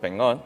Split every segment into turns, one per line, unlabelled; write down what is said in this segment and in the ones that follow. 平安。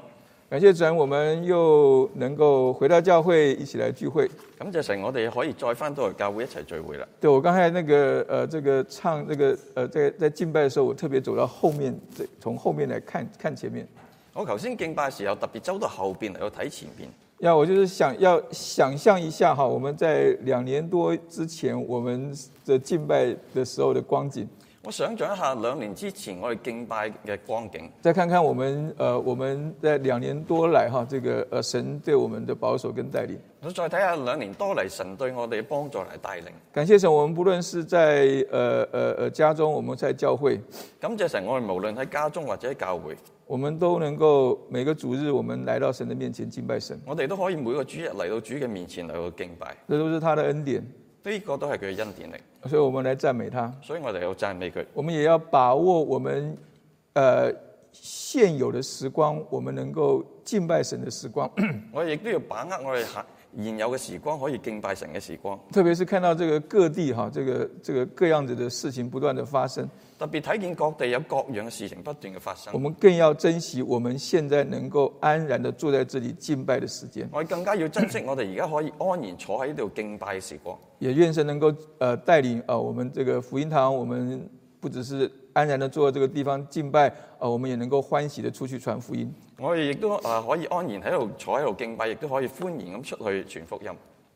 感谢主，我们又能够回到教会一起来聚会。
感謝神，我哋可以再翻到嚟教會一齊聚會啦。
对我刚才那个呃，这个唱这个呃，在在敬拜的时候，我特别走到后面，这从后面来看看前面。
我頭先敬拜嘅時候，特別走到後邊嚟到睇前邊。
要我就是想要想象一下哈，我们在两年多之前我们的敬拜的时候的光景，
我想象一下兩年之前我哋敬拜嘅光景，
再看看我们呃我们在两年多来哈，这个呃神对我们的保守跟带领。
我再睇下兩年多嚟神對我哋嘅幫助嚟帶領。
感谢神，我们不论是在呃呃呃家中，我们在教会，
感謝神，我哋無論喺家中或者喺教會，
我们都能够每个主日我们来到神的面前敬拜神，
我哋都可以每個主日嚟到主嘅面前嚟到敬拜。
这都是他的恩典，
呢、個都係佢嘅恩典嚟，
所以我们来赞美他。
所以我哋要讚美佢。
我们也要把握我们呃现有的时光，我们能够敬拜神的时光，
我亦都要把握我哋下現有嘅時光，可以敬拜神嘅時光。
特别是看到这个各地哈，这个这个各样子的事情不断的发生，
特別睇見各地有各樣嘅事情不斷嘅發生
我，们更要珍惜我们现在能够安然的坐在这里敬拜的时间，
我哋更加要珍惜我哋而家可以安然坐喺呢度敬拜嘅時光。
也愿神能够呃带领啊、呃我们这个福音堂，我们不只是安然的坐在这个地方敬拜啊、呃我们也能够欢喜的出去传福音。
我哋亦都啊可以安然喺度坐喺度敬拜，亦都可以歡然咁出去傳福音。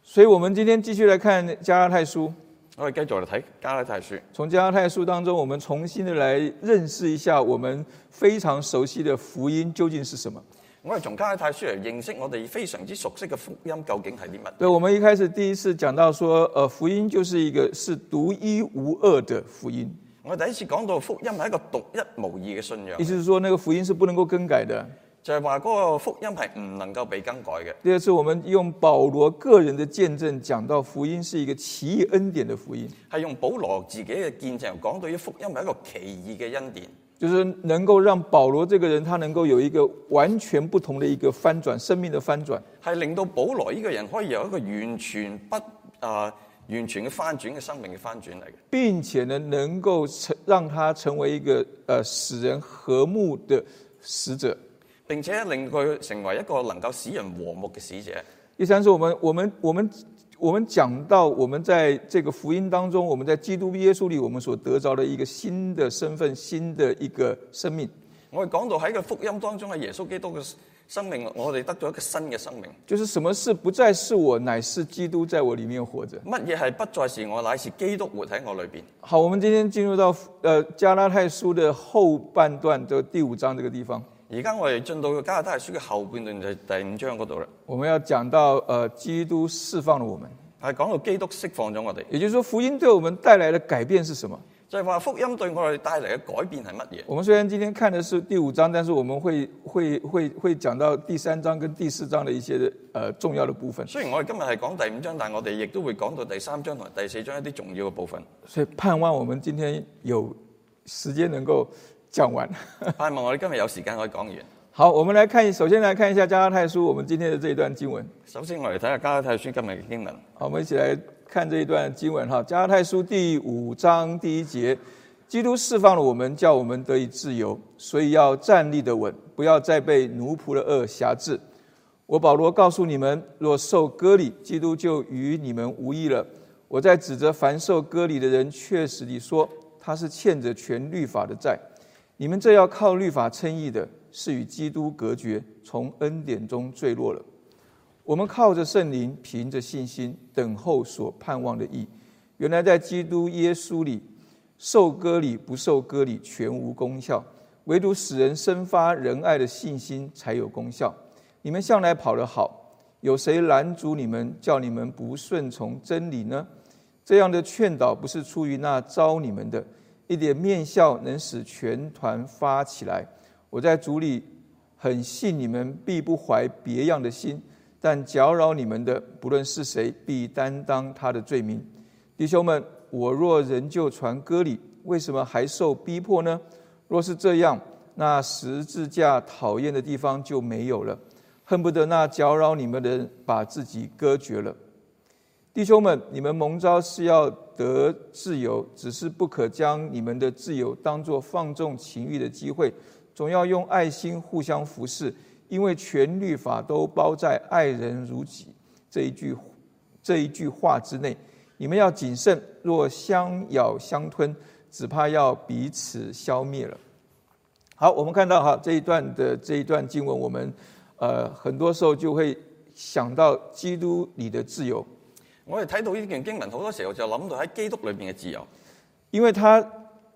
所以，我们今天繼續來看加拉太書。
我哋繼續嚟睇加拉太書，
從加拉太書當中，我們重新的來認識一下我們非常熟悉的福音究竟是什麼。
我哋從加拉太書嚟認識我哋非常之熟悉嘅福音究竟係啲乜。
对，我們一開始第一次講到說，呃，福音就是一個是獨一無二的福音，
我哋第一次講到福音係一個獨一無二嘅信仰
意，思是說那個福音是不能夠更改的。
就係話嗰個福音係唔能夠被更改嘅。
第二次，我們用保羅個人的見證講到福音是一個奇異恩典的福音，
係用保羅自己嘅見證講到啲福音係一個奇異嘅恩典，
就是能夠讓保羅這個人他能夠有一個完全不同的一個翻轉，生命的翻轉。
係令到保羅呢個人可以有一個完全不啊、完全嘅翻轉嘅生命嘅翻轉嚟嘅，
并且呢，能够成让他成为一个呃使人和睦的使者。
並且令佢成為一個能夠使人和睦嘅使者。
第三是我们我们我们我们讲到我们在这个福音当中，我们在基督耶稣里，我们所得着的一个新的身份，新的一个生命，
我哋講到喺個福音當中喺耶穌基督嘅生命，我哋得到一個新嘅生命。
就是什么事不再是我，乃是基督在我里面活着。
乜嘢係不再是我，乃是基督活喺我裏邊。
好，我们今天进入到呃加拉太书的后半段的第五章这个地方，
而家我哋進到加拿大書嘅後半段就係第五章嗰度啦，
我们要讲到呃基督释放了我们，
係講到基督釋放咗我哋，
也就是说福音对我们带来的改变是什么？
就係、話福音對我哋帶嚟嘅改變係乜嘢？
我们虽然今天看的是第五章，但是我们会会会会讲到第三章跟第四章的一些的呃重要的部分，
雖然我哋今日係講第五章，但我哋亦都會講到第三章同埋第四章一啲重要嘅部分。
所以盼望我们今天有时间能够讲完。
盼望我哋今日有時間可以講完。
好，我们来看，首先来看一下加拉太书我们今天的这一段经文。
首先我哋睇下加拉太書今日嘅經文，
好，我们一起来看这一段经文哈，加拉太书第五章第一节，基督释放了我们，叫我们得以自由，所以要站立得稳，不要再被奴仆的恶辖制。我保罗告诉你们，若受割礼，基督就与你们无异了。我在指责凡受割礼的人，确实地说，他是欠着全律法的债。你们这要靠律法称义的，是与基督隔绝，从恩典中坠落了。我们靠着圣灵，凭着信心等候所盼望的义。原来在基督耶稣里，受割礼不受割礼全无功效，唯独使人生发仁爱的信心才有功效。你们向来跑得好，有谁拦阻你们，叫你们不顺从真理呢？这样的劝导不是出于那招你们的，一点面笑能使全团发起来。我在主里很信你们必不怀别样的心，但搅扰你们的，不论是谁，必担当他的罪名。弟兄们，我若仍旧传割礼，为什么还受逼迫呢？若是这样，那十字架讨厌的地方就没有了，恨不得那搅扰你们的人把自己割绝了。弟兄们，你们蒙召是要得自由，只是不可将你们的自由当作放纵情欲的机会，总要用爱心互相服侍，因为全律法都包在“爱人如己”这一句这一句话之内。你们要谨慎，若相咬相吞，只怕要彼此消灭了。好，我们看到哈这一段的这一段经文，我们呃很多时候就会想到基督里的自由，
我哋睇到呢段經文好多時候就諗到喺基督裏邊嘅自由，
因为他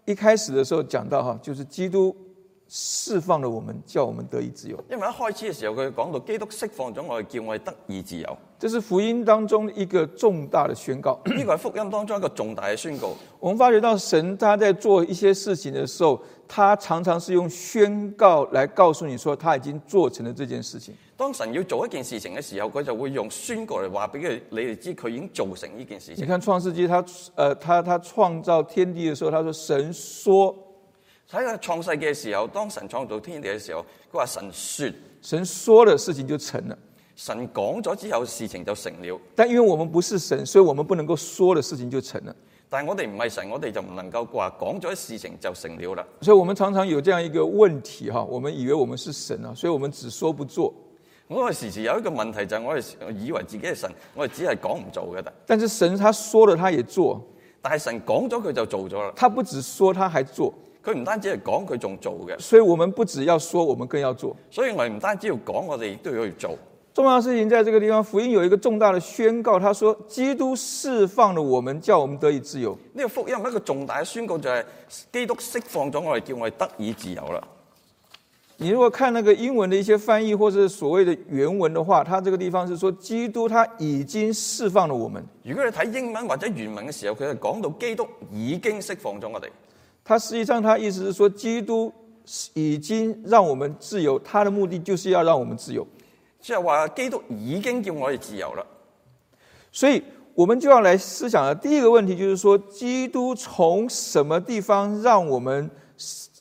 一开始的时候讲到哈，就是基督释放了我们，叫我们得以自由。
因為一開始嘅時候佢講到基督釋放咗我哋，叫我哋得以自由。
这是福音当中一个重大的宣告。
呢個係福音當中一個重大嘅宣告。
我们发觉到神他在做一些事情的时候，他常常是用宣告来告诉你说他已经做成了这件事情。
當神要做一件事情嘅時候，佢就會用宣告嚟話俾佢你哋知，佢已經做成呢件事
你
情。
看创世纪他呃他他创造天地的时候，他说神说
喺佢創世嘅時候，當神創造天地嘅時候，佢話神説，
神说的事情就成了。
神講咗之後，事情就成了。
但因为我们不是神，所以我们不能够说的事情就成了。
但係我哋唔係神，我哋就唔能夠話講咗事情就成了啦。
所以我们常常有这样一个问题哈，我们以为我们是神啊，所以我们只说不做。
我哋時時有一個問題就係我哋以為自己係神，我哋只係講唔做嘅，但
但是神他说了他也做，
但係神講咗佢就做咗啦。
他不只说他还做，
佢唔單止係講，佢仲做嘅。
所以我们不只要说，我们更要做。
所以我哋唔單止要講，我哋亦都要去做。
重要的事情在这个地方，福音有一个重大的宣告，他说基督释放了我们，叫我们得以自由。
呢個福音一個重大嘅宣告就係基督釋放咗我哋，叫我哋得以自由啦。
你如果看那个英文的一些翻译或者是所谓的原文的话，它这个地方是说基督他已经释放了我们，
如果你睇英文或者原文嘅時候，佢就講到基督已經釋放咗我哋。
他实际上他意思是说基督已经让我们自由，他的目的就是要让我们自由，
即係話基督已經叫我哋自由啦。
所以我们就要来思想的第一个问题就是说基督从什么地方让我们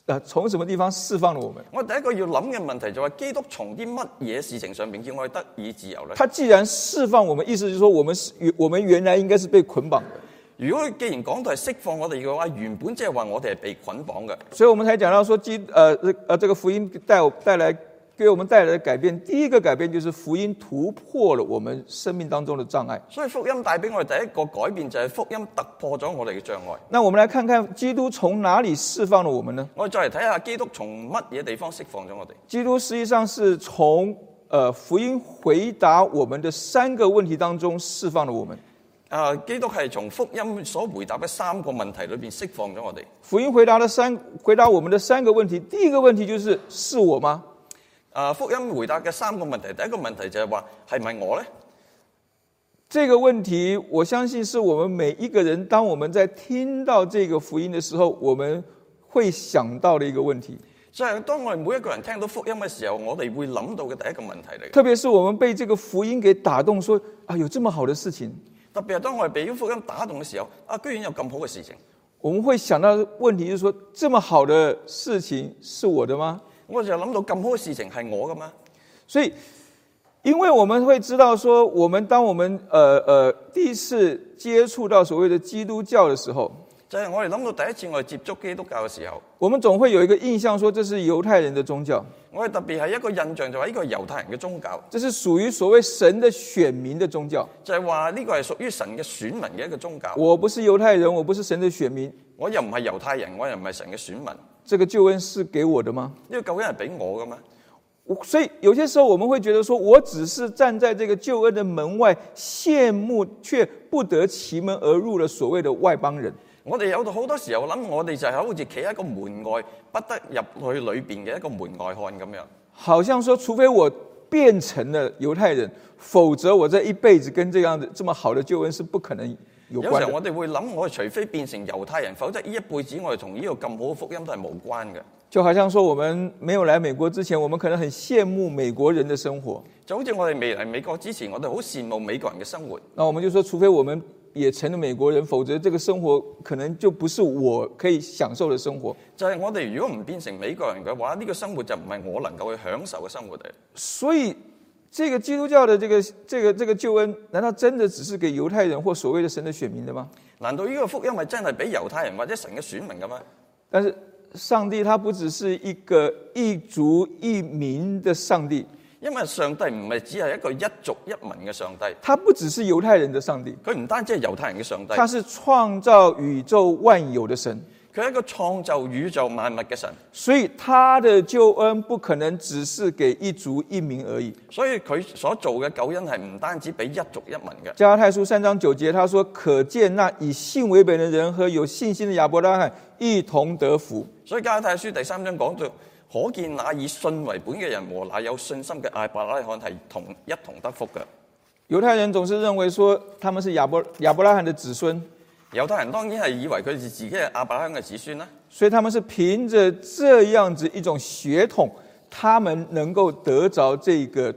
呃从什么地方释放了我们？
我第一個要諗嘅問題就係基督從啲乜嘢事情上面叫我哋得以自由咧？
他既然释放我们，意思就是说我们是我们原来应该是被捆绑的。
如果既然講到係釋放我哋嘅話，原本即係話我哋係被捆綁嘅。
所以我们才讲到说，基呃这呃这个福音带我带来给我们带来的改变，第一个改变就是福音突破了我们生命当中的障碍。
所以福音帶俾我哋第一個改變就係福音突破咗我哋嘅障礙。
那我们来看看基督从哪里释放了我们呢？
我哋再嚟睇下基督從乜嘢地方釋放咗我哋。
基督实际上是从呃福音回答我们的三个问题当中释放了我们。
啊，基督係從福音所回答嘅三個問題裏邊釋放咗我哋。
福音回答了三回答我们的三个问题，第一个问题就是是我吗？
啊，福音回答嘅三個問題，第一個問題就係話係咪我呢？
这个问题，我相信是我们每一个人，当我们在听到这个福音的时候，我们会想到的一个问题。
所以當我哋每一個人聽到福音嘅時候，我哋會諗到嘅第一個問題嚟嘅。
特别是我们被这个福音给打動，说啊，有这么好的事情，
特別係當我哋被福音打動嘅時候，啊，居然有咁好嘅事情，
我们会想到的问题就是说，这么好的事情是我的吗？
我就諗到咁好嘅事情係我噶嘛。
所以，因为我们会知道说，我们当我们呃呃第一次接触到所谓的基督教的时候，
就係我哋諗到第一次我哋接觸基督教嘅時候，
我们总会有一个印象说这是犹太人的宗教。
我哋特別係一個印象就係呢個係猶太人嘅宗教，
这是属于所谓神的选民的宗教。
就係話呢個係屬於神嘅選民嘅一個宗教。
我不是犹太人，我不是神的选民，
我又唔係猶太人，我又唔係神嘅選民，呢、
这个救恩是给我的吗？
個究竟係俾我噶嘛？
我所以有些时候我们会觉得说，我只是站在这个救恩的门外，羡慕却不得其门而入了所谓的外邦人。
我哋有到好多時候諗，我哋就係好似企喺一個門外，不得入去裏邊嘅一個門外漢咁樣。
好像说，除非我变成了犹太人，否则我这一辈子跟这样的这么好的救恩是不可能有
有
关
時候
的。
我哋會諗，我哋除非變成猶太人，否則呢一輩子我哋同呢個咁好嘅福音都係無關嘅。
就好像说，我们没有来美国之前，我们可能很羡慕美国人的生活，
就好似我哋未嚟美國之前，我哋好羨慕美國人嘅生活。
那我们就说，除非我们也成了美国人，否则这个生活可能就不是我可以享受的生活。
就係我哋如果唔變成美國人嘅話，呢、個生活就唔係我能夠去享受嘅生活嚟。
所以，这个基督教的这个这个这个救恩，难道真的只是给犹太人或所谓的神的选民的吗？
難道呢個福音係真係俾猶太人或者神嘅選民嘅咩？
但是上帝他不只是一个一族一民的上帝，
因為上帝唔係只係一個一族一民嘅上帝，
他不只是猶太人的上帝，
佢唔單止係猶太人嘅上帝，
他是創造宇宙萬有的神。
佢係一個創造宇宙萬物嘅神，
所以他的救恩不可能只是给一族一民而已。
所以佢所做嘅救恩係唔單止俾一族一民嘅。
加拉太书三章九节他说：“可见那以信为本的人和有信心的亚伯拉罕一同得福。
所以加拉太書第三章講到，可見那以信為本嘅人和那有信心嘅艾伯拉罕係同一同得福嘅。”
猶太人总是认为说他們是亚伯亚伯拉罕的子孫，
猶太人當然係以為佢哋自己係亞伯拉罕嘅子孫啦，
所以他们是凭着这样子一种血统，他们能够得着这个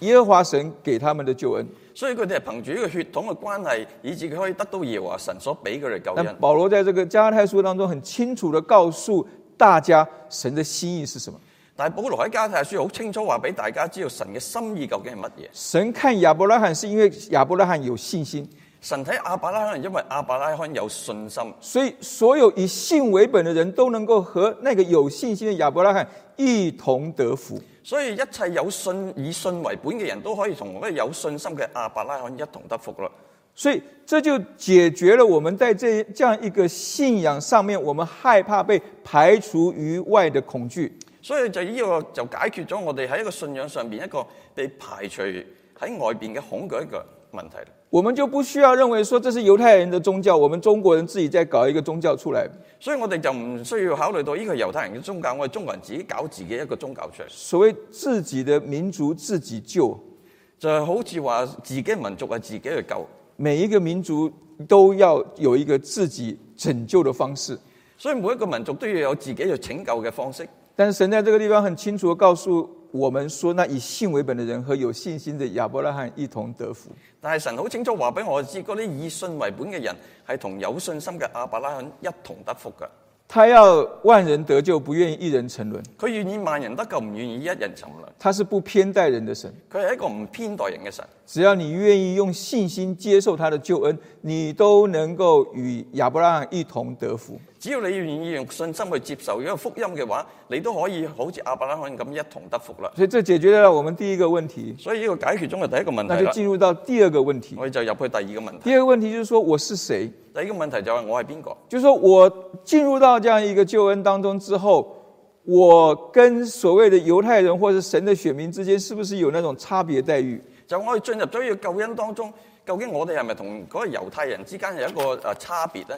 耶和华神给他们的救恩。
所以佢哋係憑住呢個血統嘅關係，以致佢可以得到耶和華神所俾佢哋救
但
恩。
保罗在这个加拉太书当中很清楚的告诉大家神的心意是什么。
但係保羅喺加拉太書好清楚話俾大家知道神嘅心意究竟係乜嘢。
神看亚伯拉罕是因为亚伯拉罕有信心，
神睇亞伯拉罕，因為亞伯拉罕有信心，
所以所有以信为本的人都能够和那个有信心的亚伯拉罕一同得福。
所以一切有信以信為本嘅人都可以同嗰個有信心嘅亞伯拉罕一同得福啦。
所以这就解决了我们在这这样一个信仰上面，我们害怕被排除于外的恐惧。
所以就呢個就解決咗我哋喺一個信仰上邊一個被排除喺外邊嘅恐懼一個問題。
我们就不需要认为说这是犹太人的宗教，我们中国人自己再搞一个宗教出来。
所以我哋就唔需要考慮到呢個係猶太人嘅宗教，我哋中國人自己搞自己一個宗教出嚟，
所谓自己的民族自己救，
就係好似話自己民族係自己去救。
每一个民族都要有一个自己拯救的方式。
所以每一個民族都要有自己去拯救嘅方式。
但是神在这个地方很清楚的告诉我们说，那以信为本的人和有信心的亚伯拉罕一同得福。
但係神好清楚話俾我知，嗰啲以信為本嘅人係同有信心嘅亞伯拉罕一同得福嘅。
他要万人得救，不愿意一人沉沦。
佢願意萬人得救，唔願意一人沉淪。
他是不偏待人的神，
佢係一個唔偏待人嘅神。
只要你愿意用信心接受他的救恩，你都能够与亚伯拉罕一同得福。
只要你願意用信心去接受呢個福音嘅話，你都可以好似亞伯拉罕咁一同得福啦。
所以这解决了我们第一个問題，
所以呢個解決中嘅第一個問
那
題
就
啦，
进入到第二个問題。
我哋就入去第二個問題。
第二个問題就是说我是谁，
第一個問題就係我係邊個？
就是说我进入到这样一个救恩当中之后，我跟所谓的犹太人或者神的选民之间是不是有那种差别待遇？
就我哋進入咗呢個救恩當中，究竟我哋係咪同嗰個猶太人之間有一個誒差別呢？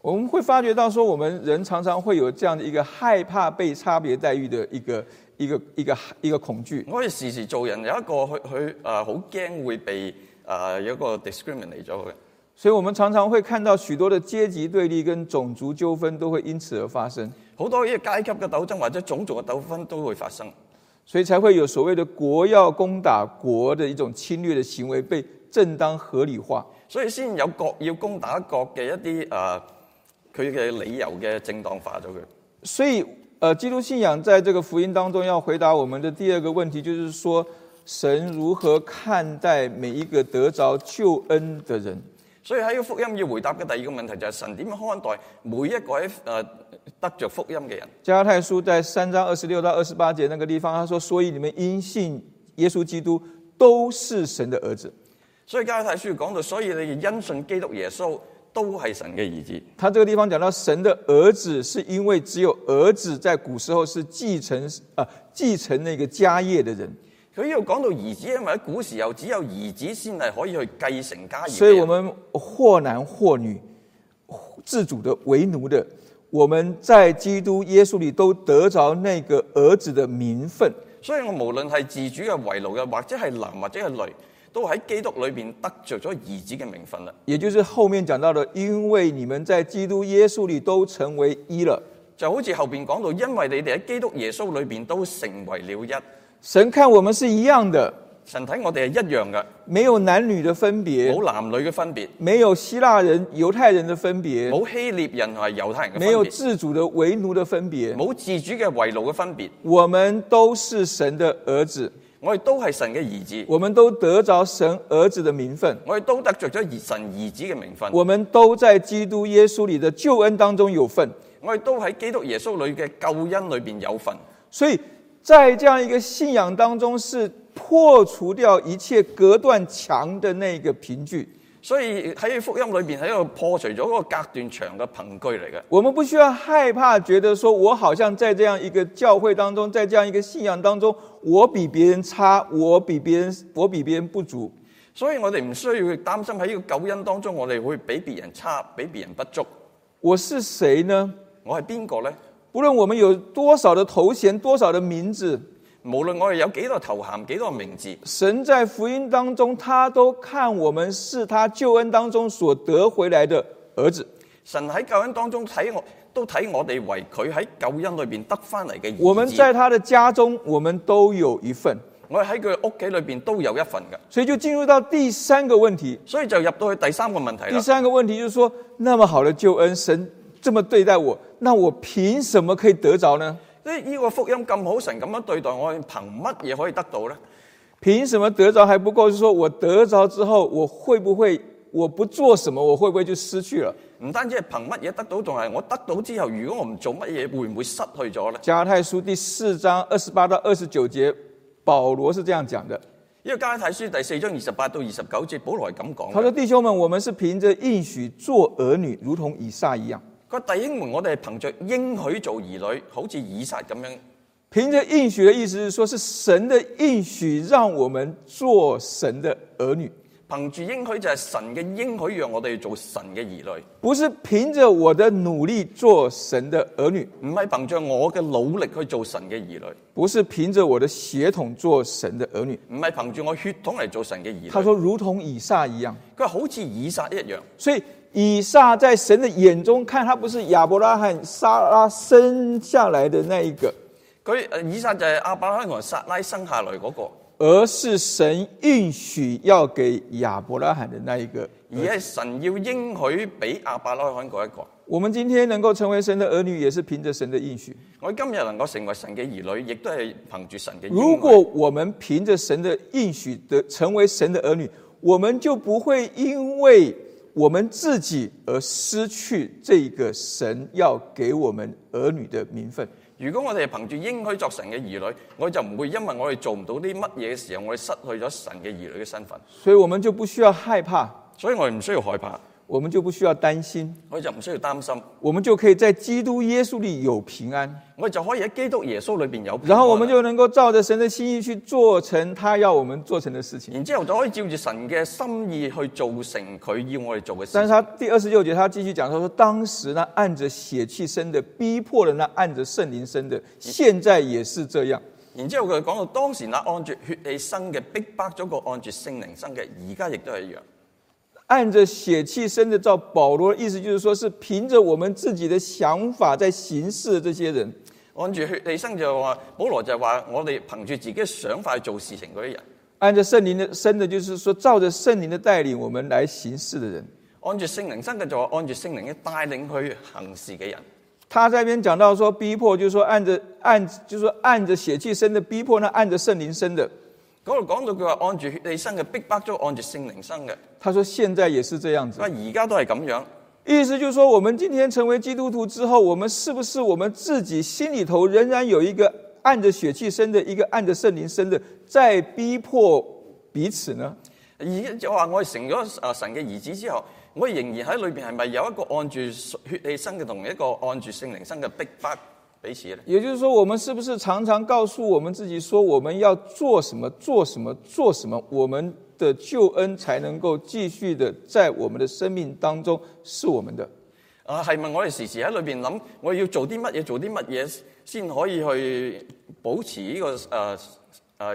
我们会发觉到说，我们人常常会有这样的一个害怕被差别待遇的一个一个一个一个恐惧。
我哋時時做人有一個去去誒好驚會被誒、呃有一個 discriminate 咗嘅。
所以我们常常会看到许多的阶级对立跟种族纠纷都会因此而发生，
好多呢個階級嘅鬥爭或者種族嘅鬥紛都會發生，
所以才会有所谓的国要攻打国的一种侵略的行为被正当合理化。
所以先有國要攻打國嘅一啲誒佢嘅理由嘅正當化咗佢。
所以，呃，基督信仰在这个福音当中要回答我们的第二个问题，就是说，神如何看待每一个得着救恩的人？
所以喺個福音要回答嘅第二個問題就係神點樣看待每一個喺誒、呃得着福音嘅人。
加拉太书在三章二十六到二十八节那个地方，他说：“所以你们因信耶稣基督都是神的儿子。
所以加拉太書講到，所以你哋因信基督耶穌都係神嘅兒子。”
他这个地方讲到神的儿子，是因为只有儿子在古时候是继承啊、继承那个家业的人，
佢呢度講到兒子，因為喺古時候只有兒子先係可以去繼承家業嘅人。
所以我們或男或女，自主的、为奴的，我们在基督耶稣里都得着那个儿子的名分。
所以我無論係自主嘅、為奴嘅，或者係男或者係女，都喺基督裏邊得着咗兒子嘅名分啦。
也就是后面讲到的，因为你们在基督耶稣里都成为一了。
就好似後邊講到，因為你哋喺基督耶穌裏邊都成為了一，
神看我们是一样的，
神睇我哋係一樣嘅，
没有男女的分别，
冇男女嘅分別，
没有希腊人、猶太人的分别，
冇希臘人同埋猶太人嘅
没有
分別，
自主的、为奴的分别，
冇自主嘅、為奴嘅分別，
我们都是神的儿子，
我哋都係神嘅兒子，
我们都得着神儿子的名分。
我哋都得着咗兒神兒子嘅名分。
我们都在基督耶稣里的救恩当中有份，
我哋都喺基督耶穌裏嘅救恩裏邊有份。
所以在这样一个信仰当中，是破除掉一切隔断墙的那个凭据。
所以喺福音裏邊喺度破除咗嗰個隔斷牆嘅憑據嚟嘅。
我们不需要害怕，觉得说我好像在这样一个教会当中，在这样一个信仰当中，我比别人差，我比别人，我比别人不足。
所以我哋唔需要擔心喺呢個救恩當中，我哋會比別人差，比別人不足。
我是谁呢？
我係邊個呢？
不论我们有多少的头衔，多少的名字，
無論我哋有幾多頭銜、幾多名字，
神在福音当中，他都看我们是他救恩当中所得回来的儿子。
神喺救恩當中睇我，都睇我哋為佢喺救恩裏邊得翻嚟嘅兒子。
我们在他的家中，我们都有一份。
我哋喺佢屋企裏邊都有一份嘅，
所以就进入到第三个问题。
所以就入到去第三個問題
第
啦。
三个问题就是说，那么好的救恩，神这么对待我，那我凭什么可以得着呢？
呢呢個福音咁好，神咁樣對待我，憑乜嘢可以得到呢？
凭什么得着还不够？就是说我得着之后，我会不会我不做什么，我会不会就失去了？
唔單止係憑乜嘢得到，仲係我得到之後，如果我唔做乜嘢，會唔會失去咗呢？
加拉太书第四章二十八到二十九节，保罗是这样讲的。
因為加拉太書第四章二十八到二十九節，保羅係咁講
他
嘅。
说：“弟兄们，我们是凭着应许做儿女，如同以撒一样。
佢話弟兄們，我哋係憑着應許做兒女，好似以撒咁樣。
凭着应许的意思是说，是神的应许让我们做神的儿女，
憑住應許就係神嘅應許，讓我哋做神嘅兒女，
不是凭着我的努力做神的儿女，
唔係憑着我嘅努力去做神嘅兒女，
不是凭着我的血统做神的儿女。
唔係憑住我血統嚟做神嘅兒女。
他说，如同以撒一样。
佢話好似以撒一樣。
所以以撒在神的眼中看，他不是亚伯拉罕、撒拉生下来的那一个，
佢呃以撒就係阿伯拉罕同撒拉生下來嗰、個，
而是神应许要给亚伯拉罕的那一個。
而係神要應許俾阿伯拉罕嗰一個。
我们今天能够成为神的儿女，也是凭着神的应许。
我今日能夠成為神嘅兒女，亦都係憑住神嘅應許。
如果我们凭着神的应许得成为神的儿女，我们就不会因为我们自己而失去这个神要给我们儿女的名分。
如果我哋係憑住應許作神嘅兒女，我就唔會因為我哋做唔到啲乜嘢嘅時候，我哋失去咗神嘅兒女嘅身份。
所以我们就不需要害怕，
所以我哋唔需要害怕，
我们就不需要担心，
我哋就唔需要擔心，
我们就可以在基督耶稣里有平安，
我哋就可以喺基督耶穌裏邊有平安。
然后我们，就能够照着神的心意去做成他要我们做成的事情。
然之後就可以照住神嘅心意去做成佢要我哋做嘅
但
事
是。他第二十六节，他继续讲，他说：“当时呢，按着血气生的，逼迫了那按着圣灵生的，现在也是这样。
然之後佢講到當時那按住血氣生嘅逼迫咗個按住聖靈生嘅，而家亦都係一樣。
按着血气生的，照保罗的意思就是说，是凭着我们自己的想法在行事的这些人，
按住血氣生就話，保羅就係話我哋憑住自己嘅想法去做事情嗰啲人，
按着圣灵的生的，就是说照着圣灵的带领我们来行事的人。
按住聖靈生嘅就話按住聖靈嘅帶領去行事嘅人。
他这边讲到说，逼迫就是说按着按就是说按着血气生的逼迫，那按着圣灵生的。
嗰度講到佢話按住血氣生嘅逼迫咗按住聖靈生嘅，
他说现在也是这样子
佢。話而家都係咁樣。
意思就是说，我们今天成为基督徒之后，我们是不是我们自己心里头仍然有一个按着血气生的，一个按着圣灵生的，在逼迫彼此呢？
而家就話我哋成咗啊神嘅兒子之後，我哋仍然喺裏邊係咪有一個按住血氣生嘅同一個按住聖靈生嘅逼迫彼此咧？
也就是说，我们是不是常常告诉我们自己说，我们要做什么，做什么，做什么，我们的救恩才能够继续的在我们的生命当中是我们的？
啊，係咪我哋時時喺裏邊諗，我要做啲乜嘢，做啲乜嘢先可以去保持呢、個誒誒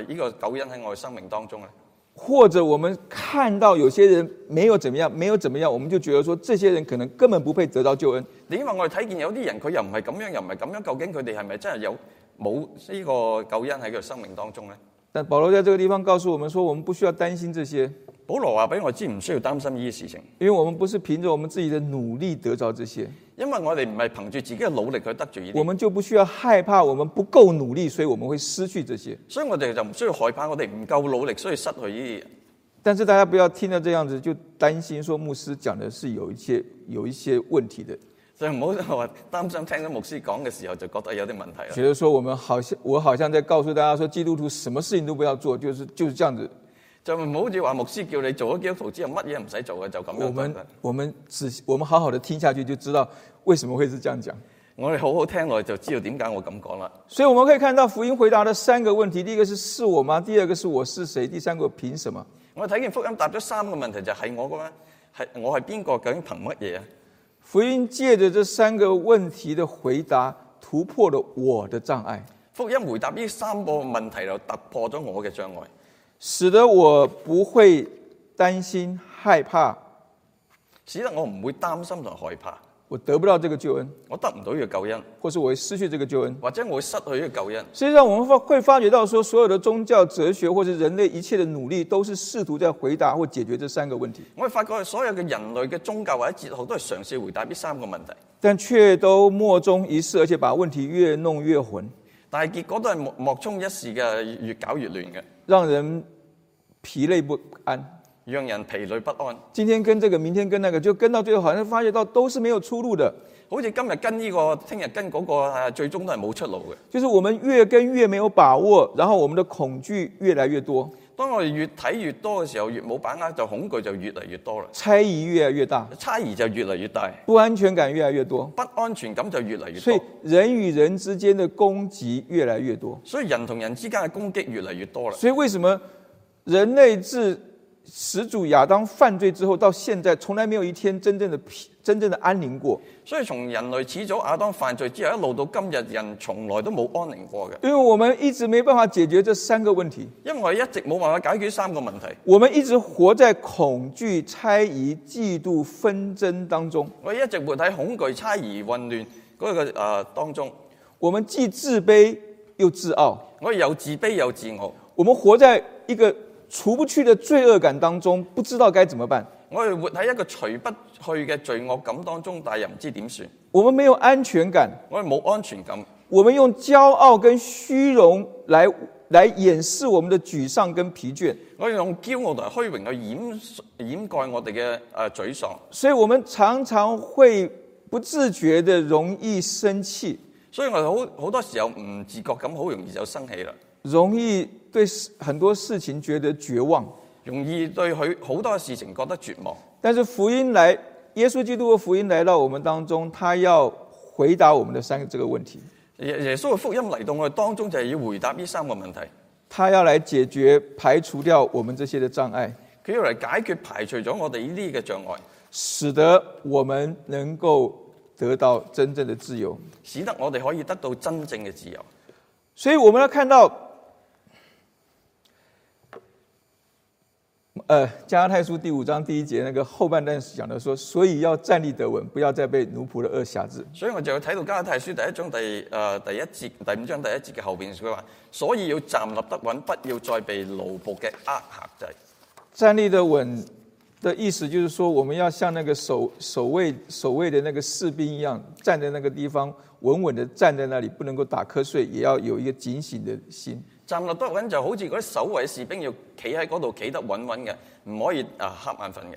呢個救恩喺我嘅生命當中咧？
或者我们看到有些人没有怎么样，没有怎么样，我们就觉得说这些人可能根本不配得到救恩。
你因為我哋睇見有啲人佢又唔係咁樣，又唔係咁樣，究竟佢哋係咪真係有冇呢個救恩喺佢生命當中咧？
但保罗在这个地方告诉我们说，我们不需要担心这些，
保羅話俾我知，唔需要擔心呢啲事情，
因为我们不是凭着我们自己的努力得着这些，
因為我哋唔係憑住自己嘅努力去得住呢
我
啲，
们就不需要害怕我们不够努力，所以我们会失去这些。
所以我哋就唔需要害怕，我哋唔夠努力，所以失去呢啲嘢。
但是大家不要听到这样子就担心说牧师讲的是有一些有一些问题的，
就唔好話擔心聽到牧師講嘅時候就覺得有啲問題啦。
觉得说我们好像我好像在告诉大家说，基督徒什么事情都不要做，就是就是这样子。
就唔好似話牧師叫你做咗基督徒之後乜嘢唔使做嘅就咁
我
樣
们
得啦。
我们仔细我们好好的听下去，就知道为什么会是这样讲。
我哋好好聽落就知道點解我咁講啦。
所以我们可以看到福音回答的三个问题：第一个是是我吗？第二个是我是谁？第三个凭什么？
我睇見福音答咗三個問題，就係、我嘅咩？係我係邊個？究竟憑乜嘢啊？
福音借着这三个问题的回答，突破了我的障碍，
福音回答呢三個問題就突破咗我嘅障礙，
使得我不会担心害怕，
使得我唔會擔心同害怕，
我得不到这个救恩，
我得唔到呢個救恩，
或是我会失去这个救恩。
或者我會失去呢個救恩。
实际上，我们发会发觉到说，所有的宗教、哲学或是人类一切的努力，都是试图在回答或解决这三个问题，
我哋發覺所有嘅人類嘅宗教或者哲學都係嘗試回答呢三個問題，
但却都莫衷一是，而且把问题越弄越混，
但係結果都係莫莫衷一是嘅，越越搞越亂嘅，
让人疲累不安。
讓人疲累不安。
今天跟这个，明天跟那个，就跟到最后，好像发觉到都是没有出路的。
好似今日跟呢、個，聽日跟嗰、個，啊最終都係冇出路嘅。
就是我们越跟越没有把握，然后我们的恐惧越来越多，
當我哋越睇越多嘅時候，越冇把握，就恐懼就越嚟越多啦，
猜疑越来越大，
猜疑就越嚟越大，
不安全感越来越多，
不安全感就越嚟越
所以
多。
人与人之间的攻击越来越多。
所以人同人之間嘅攻擊越嚟越多啦。
所以为什么人类自始祖亚当犯罪之后到现在，从来没有一天真正的平真正的安宁过？
所以從人類始祖亞當犯罪之後，一路到今日，人從來都冇安寧過嘅，
因为我们一直没办法解决这三个问题，
因為我哋一直冇辦法解決三個問題。
我们一直活在恐惧、猜疑、嫉妒、纷争当中。
我哋一直活喺恐懼、猜疑、混亂嗰個誒當中，
我们既自卑又自傲，
我哋又自卑又自傲，
我们活在一个除不去的罪恶感当中，不知道该怎么办。
我哋活喺一個除不去嘅罪惡感當中，但係又唔知點算，
我们没有安全感，
我哋冇安全感。
我们用骄傲跟虚荣来来掩饰我们的沮丧跟疲倦，
我哋用驕傲同埋虛榮去掩掩蓋我哋嘅誒沮喪，
所以我们常常会不自觉的容易生气，
所以我哋好好多時候唔自覺咁，好容易就生氣啦，
容易对事很多事情觉得绝望。
容易對佢好多事情覺得絕望。
但是福音来，耶稣基督的福音来到我们当中，他要回答我们的三个这个问题，
耶耶穌嘅福音嚟到我哋當中，就係要回答呢三個問題。
他要来解决排除掉我们这些的障碍。
佢要嚟解決排除咗我哋呢啲嘅障礙，
使得我们能够得到真正的自由。
使得我哋可以得到真正嘅自由。
所以我们要看到，呃，加拉太书第五章第一节那个后半段是讲的说，所以要站立得稳，不要再被奴仆的恶辖制。
所以我就睇到加拉太書第一章第誒、呃第一節第五章第一節嘅後邊，佢話：所以要站立得穩，不要再被奴仆嘅呃嚇制。
站立得稳的意思就是说，我们要像那个守守卫守卫的那个士兵一样，站在那个地方稳稳的站在那里，不能够打瞌睡，也要有一个警醒的心。
站立得穩就好似嗰啲守衛士兵要企喺嗰度企得穩穩嘅，唔可以啊瞌眼瞓嘅。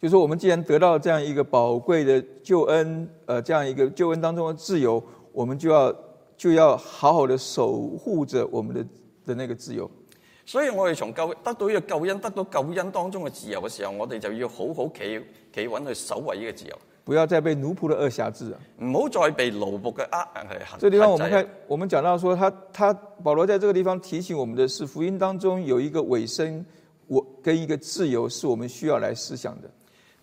就说我们既然得到这样一个宝贵的救恩，呃，这样一个救恩当中的自由，我们就要就要好好的守护着我们的的那个自由。
所以我哋從救得到呢個救恩，得到救恩當中嘅自由嘅時候，我哋就要好好企企穩去守衞呢個自由，
不要再被奴仆的恶辖制了。
唔好再被奴仆嘅呃係嚇
这地方我们
制啊
看，我们讲到说他，他保罗在这个地方提醒我们的是，福音当中有一个尾声，我跟一个自由，是我们需要来思想的。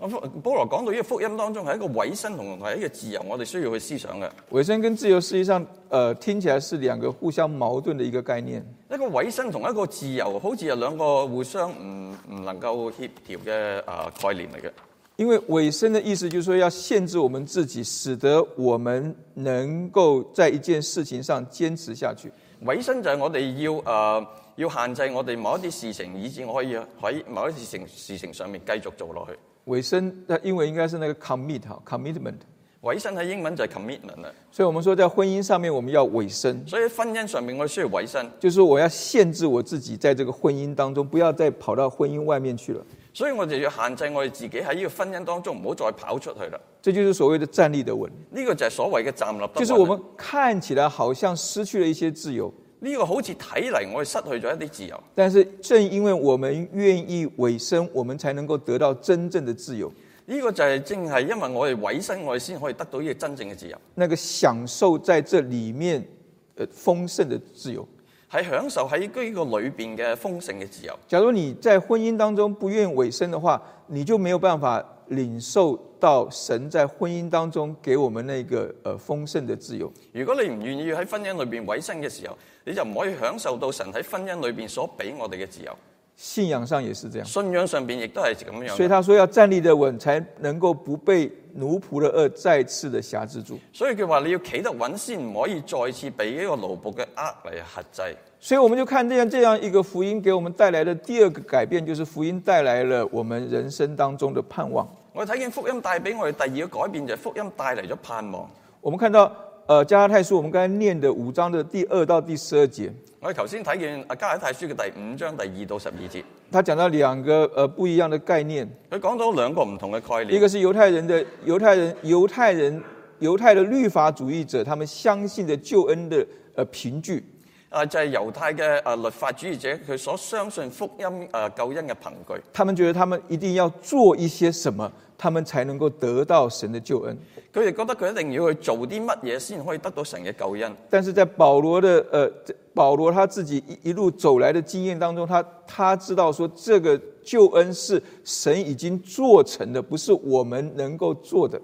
我啊福保羅講到呢個福音當中係一個委身同係一個自由，我哋需要去思想嘅。
尾声跟自由实际上，呃，听起来是两个互相矛盾的一个概念。
一個委身同一個自由，好似係兩個互相唔唔能夠協調嘅啊概念嚟嘅。
因为尾声的意思就是说，要限制我们自己，使得我们能够在一件事情上坚持下去。
委身就係我哋要誒、呃要限制我哋某一啲事情，以至我可以喺某一啲事情事情上面繼續做落去。
尾声，那英文应该是那个 commit 哈，commitment。
委身喺英文就係 commitment 啦，
所以我们说，在婚姻上面我们要尾声，
所以喺婚姻上面我哋需要委身，
就是说我要限制我自己在这个婚姻当中，不要再跑到婚姻外面去了。
所以我哋要限制我哋自己喺呢個婚姻當中，唔好再跑出去啦。
这就是所谓的站立的稳，
呢、個就係所謂嘅站立得穩啦。
就是我们看起来好像失去了一些自由，
呢個好似睇嚟，我哋失去咗一啲自由，
但是正因为我们愿意委身，我们才能够得到真正的自由。
呢、個就係正係因為我哋委身，我哋先可以得到呢個真正嘅自由，
那个享受在这里面，呃，丰盛的自由。
係享受喺呢個裏邊嘅豐盛嘅自由。
假如你在婚姻当中不愿委身的话，你就没有办法领受到神在婚姻当中给我们那个呃丰盛的自由。
如果你唔願意喺婚姻裏邊委身嘅時候，你就唔可以享受到神喺婚姻裏邊所俾我哋嘅自由。
信仰上也是这样，
信仰上邊亦都係咁樣
所
嘅。
以他说要站立得稳，才能够不被奴仆的恶再次的辖制住。
所以佢話你要企得穩先，唔可以再次俾呢個奴仆嘅呃嚟核制。
所以我们就看见这样一个福音给我们带来的第二个改变，就是福音带来了我们人生当中的盼望。
我睇見福音帶俾我哋第二個改變就係福音帶嚟咗盼望。
我们看到，呃，加拉太书我们刚才念的五章的第二到第十二节，
我哋頭先睇見《加拉太書》嘅第五章第二到十二節，
他讲到兩個呃不一樣的概念，
佢講到兩個唔同嘅概
一
念。
個是猶太人的猶太人猶太人猶太的律法主義者，他們相信的救恩的呃憑據；
啊，就係、猶太嘅啊律法主義者，佢所相信福音啊救恩嘅憑據。
他們覺得他們一定要做一些什麼，他們才能夠得到神的救恩。
佢哋覺得佢一定要去做啲乜嘢先可以得到神嘅救恩。
但是在保罗的呃这保羅他自己一一路走來的經驗當中，他他知道說這個救恩是神已經做成的，不是我們能夠做的。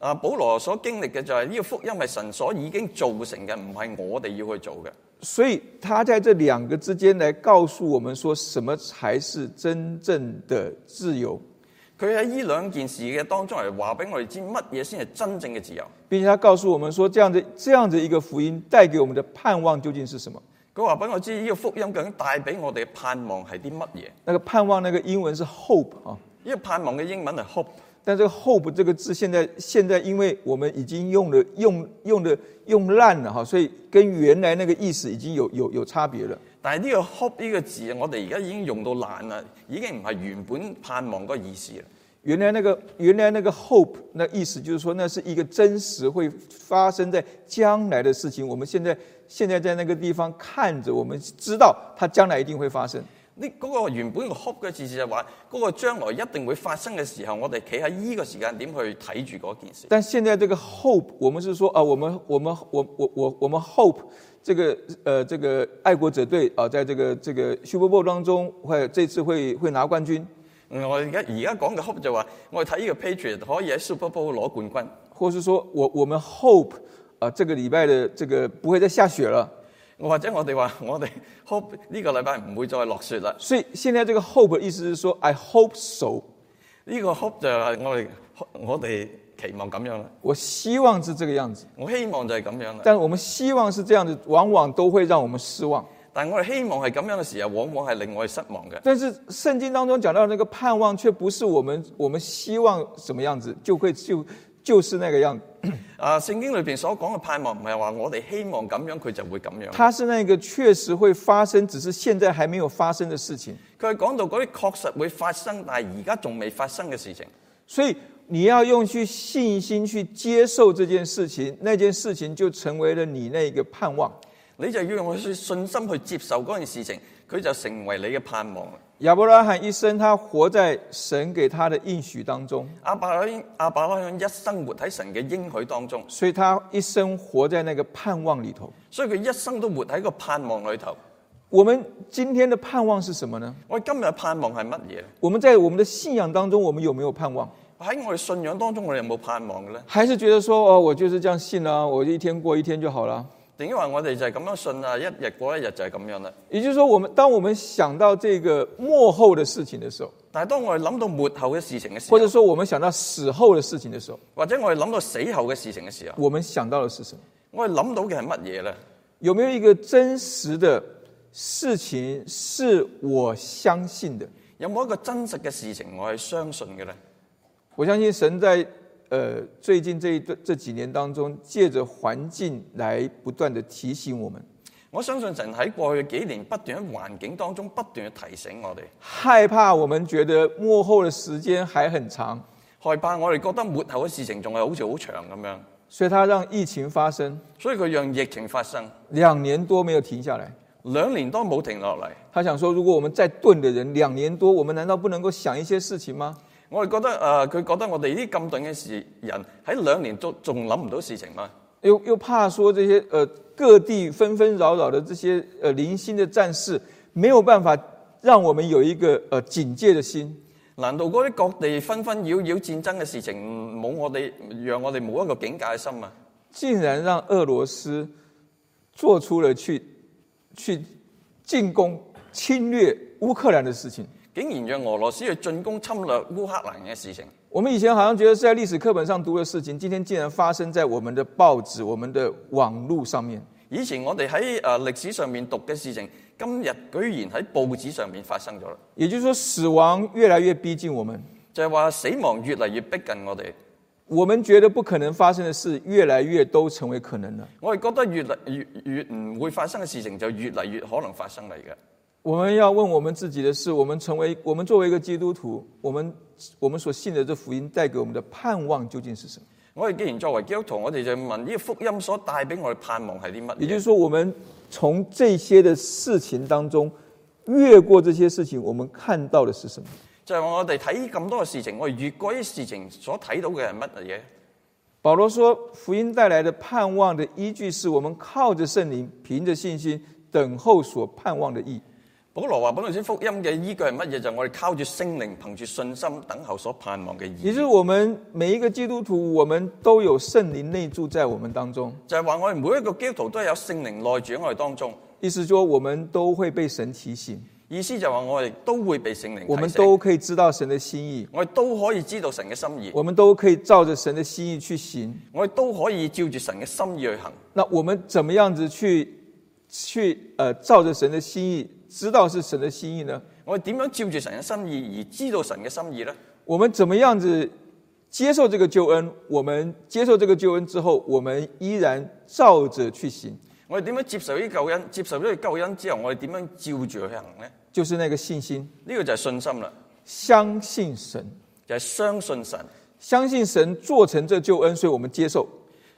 啊，保羅所經歷嘅就係呢個福音係神所已經造成嘅，唔係我哋要去做嘅。
所以他在这两个之间来告诉我们说，什么才是真正的自由，
佢喺呢兩件事嘅當中嚟話俾我哋知乜嘢先係真正嘅自由。
并且他告诉我们说，这样的这样的一个福音带给我们的盼望究竟是什么？
佢話俾我知呢個福音究竟帶俾我哋嘅盼望係啲乜嘢？
那个盼望，那个英文是 hope 啊，
呢個盼望嘅英文係 hope。
但这个 hope 这个字现在现在因为我们已经用了用用的用烂了哈，所以跟原来那个意思已经有有有差别了。
但係呢個 hope 呢個字，我哋而家已經用到爛啦，已經唔係原本盼望嗰個意思啦。
原来那个原来那个 hope 那意思就是说，那是一个真实会发生在将来的事情。我们现在现在在那个地方看着，我们知道它将来一定会发生。
呢嗰個原本個 hope 嘅意思就係話，嗰、個將來一定會發生嘅時候，我哋企喺呢個時間點去睇住嗰件事。
但现在这个 hope，我们是说啊，我们我们我我我我们 hope 这个呃这个爱国者队啊，在这个这个 Super Bowl 当中会这次会会拿冠军，
嗯我而家而家講嘅 hope 就話，我哋睇呢個 Patriot 可以喺 Super Bowl 攞冠軍。
或是说我我们 hope 啊，这个礼拜的这个不会再下雪了。
或者我哋話， 我哋 hope 呢個禮拜唔會再落雪啦。
所以现在这个 hope 的意思是说，I hope so。
呢、個 hope 就係我哋我哋期望咁樣啦。
我希望是这个样子，
我希望就係咁樣啦。
但我们希望是这样子，往往都会讓我们失望。
但我哋希望係咁樣嘅時候，往往係令我哋失望嘅。
但是圣经当中讲到那个盼望，却不是我们我们希望什么样子，就会就就是那个样子。
啊，聖經裏邊所講嘅盼望唔係話我哋希望咁樣佢就會咁樣。
它是那个确实会发生，只是現在还沒有發生的事情。
佢係講到嗰啲確實會發生，但係而家仲未發生嘅事情。
所以你要用去信心去接受这件事情，那件事情就成为了你那个盼望。
你就要用信心去接受嗰件事情，佢就成為你嘅盼望啦。
亞伯拉罕一生他活在神給他的应许当中，
阿伯拉罕阿伯拉罕一生活喺神嘅應許當中，
所以他一生活在那个盼望里頭。
所以佢一生都活喺個盼望裏頭。
我们今天的盼望是什么呢？
我今日嘅盼望係乜嘢？
我们在我们的信仰当中，我们有没有盼望？
喺我哋信仰當中，我哋有冇盼望嘅咧？
还是觉得说哦，我就是这样信啊，我就一天过一天就好了？
定因為我哋就係咁樣信啊，一日過一日就係咁樣啦。
也就是说，我们当我们想到這個幕後的事情的時候，
但係當我哋諗到末後嘅事情嘅時
或者
候，
说我们想到死後的事情的時候，
或者我哋諗到死後嘅事情嘅時候，
我们想到的是什么？
我哋諗到嘅係乜嘢咧？
有没有一个真實的事情是我相信的？
有冇一個真實嘅事情我係相信嘅咧？
我相信神在呃最近这一段这几年当中，借着環境來不斷的提醒我們。
我相信神喺過去幾年不斷喺環境當中不斷去提醒我哋，
害怕我们觉得幕后的时间还很长，
害怕我哋覺得末後嘅事情仲係好似好長咁樣，
所以他让疫情发生，
所以佢讓疫情發生
两年多没有停下来。
兩年多冇停落嚟。
他想说，如果我们再钝的人两年多，我们难道不能够想一些事情吗？
我哋覺得誒，呃佢、覺得我哋呢啲咁頓嘅事人喺兩年都仲諗唔到事情嘛，
又又怕说这些呃各地纷纷扰扰的这些呃零星的战事，没有办法让我们有一个呃警戒的心。
難道嗰啲各地紛紛擾擾戰爭嘅事情冇我哋，讓我哋冇一個警戒嘅心啊？
竟然让俄罗斯做出了去去进攻、侵略乌克兰的事情。
竟然讓俄羅斯去進攻侵略烏克蘭嘅事情，
我们以前好像觉得是在历史课本上读的事情，今天竟然发生在我们的报纸、我们的网络上面。
以前我哋喺誒歷史上面讀嘅事情，今日居然喺報紙上面發生咗啦。
也就是说，死亡越来越逼近我们，
就係話死亡越嚟越逼近我哋，
我们觉得不可能发生的事，越来越都成为可能了。
我哋覺得越嚟越越唔會發生嘅事情就越嚟越可能發生嚟嘅。
我们要问我们自己的是：我们成为我们作为一个基督徒，我们我们所信的这福音带给我们的盼望究竟是什么？
我哋既然作為基督徒，我哋就問呢個福音所帶俾我哋盼望係啲乜
也就
嘢？
是说，我们从这些的事情当中越过这些事情，我们看到的是什么？
就係我哋睇咁多嘅事情，我哋越過啲事情所睇到嘅係乜嘢？
保罗说，福音带来的盼望的依据是我们靠着圣灵，凭着信心等候所盼望的义。
保羅話：本來先福音嘅依據係乜嘢？就係我哋靠住聖靈，憑住信心等候所盼望嘅
也
意
就
義。
是我们每一个基督徒，我们都有圣灵内住在我们当中，
就係話我哋每一個基督徒都係有聖靈內住喺我哋當中。
意思说我们都会被神提醒，
意思就係話我哋都會被聖靈提醒
我们都可以知道神的心意，
我哋都可以知道神嘅心意，
我们都可以照着神的心意去行。
我哋都可以照住神嘅心意去行。
那我们怎么样子去去呃照着神的心意，知道是神的心意呢？
我哋點樣照住神嘅心意而知道神嘅心意呢？
我们怎么样子接受这个救恩？我们接受这个救恩之后，我们依然照着去行，
我哋點樣接受呢個救恩？接受呢個救恩之後，我哋點樣照住去行呢？呢、
就是那个信心，
個就係信心啦，
相信神，
就係、相信神，
相信神做成这救恩，所以我们接受；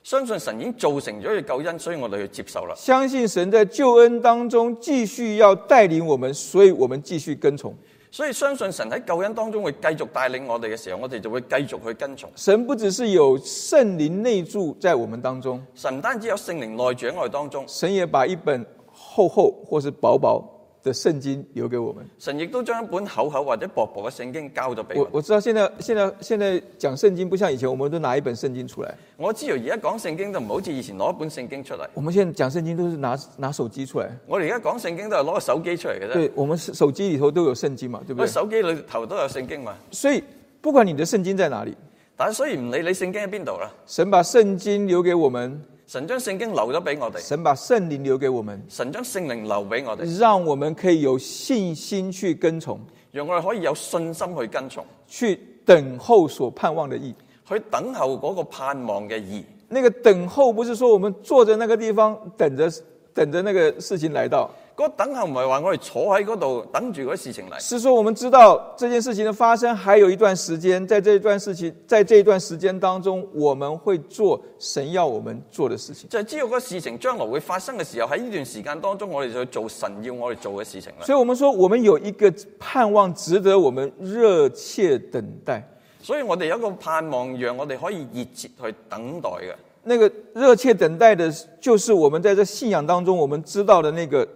相信神已經造成咗呢個救恩，所以我哋去接受啦。
相信神在救恩当中继续要带领我们，所以我们继续跟从。
所以相信神喺救恩當中會繼續帶領我哋嘅時候，我哋就會繼續去跟從。
神不只是有圣灵内住在我们当中，
神唔單止有聖靈內住喺我哋當中，
神也把一本厚厚或是薄薄的圣经留给我们。
神亦都將一本厚厚或者薄薄嘅聖經交咗俾我
我。我知道现在现在现在讲圣经不像以前，我们都拿一本圣经出来。
我知道而家講聖經就唔好似以前攞一本聖經出嚟，
我们现在讲聖經都是拿拿手機出來，
我哋而家講聖經都係攞個手機出嚟嘅啫。
對，我們手機裡頭都有聖經嘛，對不
我
對？
手機裏頭都有聖經嘛，
所以不管你的聖經在哪裡，
但係所以唔理你聖經喺邊度啦，
神把聖經留給我們，
神將聖經留咗俾我哋，
神把聖靈留給我們，
神將聖靈留俾我哋，
讓我們可以有信心去跟從，
讓我哋可以有信心去跟從，
去等候所盼望的義。
去等候嗰個盼望嘅義。
那個等候不是說我們坐在那個地方等着等着那個事情來到，
嗰、等候唔係話我哋坐喺嗰度等住嗰啲事情嚟，
是说我们知道这件事情的发生还有一段时间，在这一段事情，在这一段时间当中，我们会做神要我们做的事情。
就係、知道嗰個事情將來會發生嘅時候，喺呢段時間當中，我哋就去做神要我哋做嘅事情啦。
所以，我们说，我们有一个盼望，值得我们热切等待。
所以我哋有一個盼望，讓我哋可以熱切去等待嘅。
那个热切等待的，就是我们在这信仰当中，我们知道的那个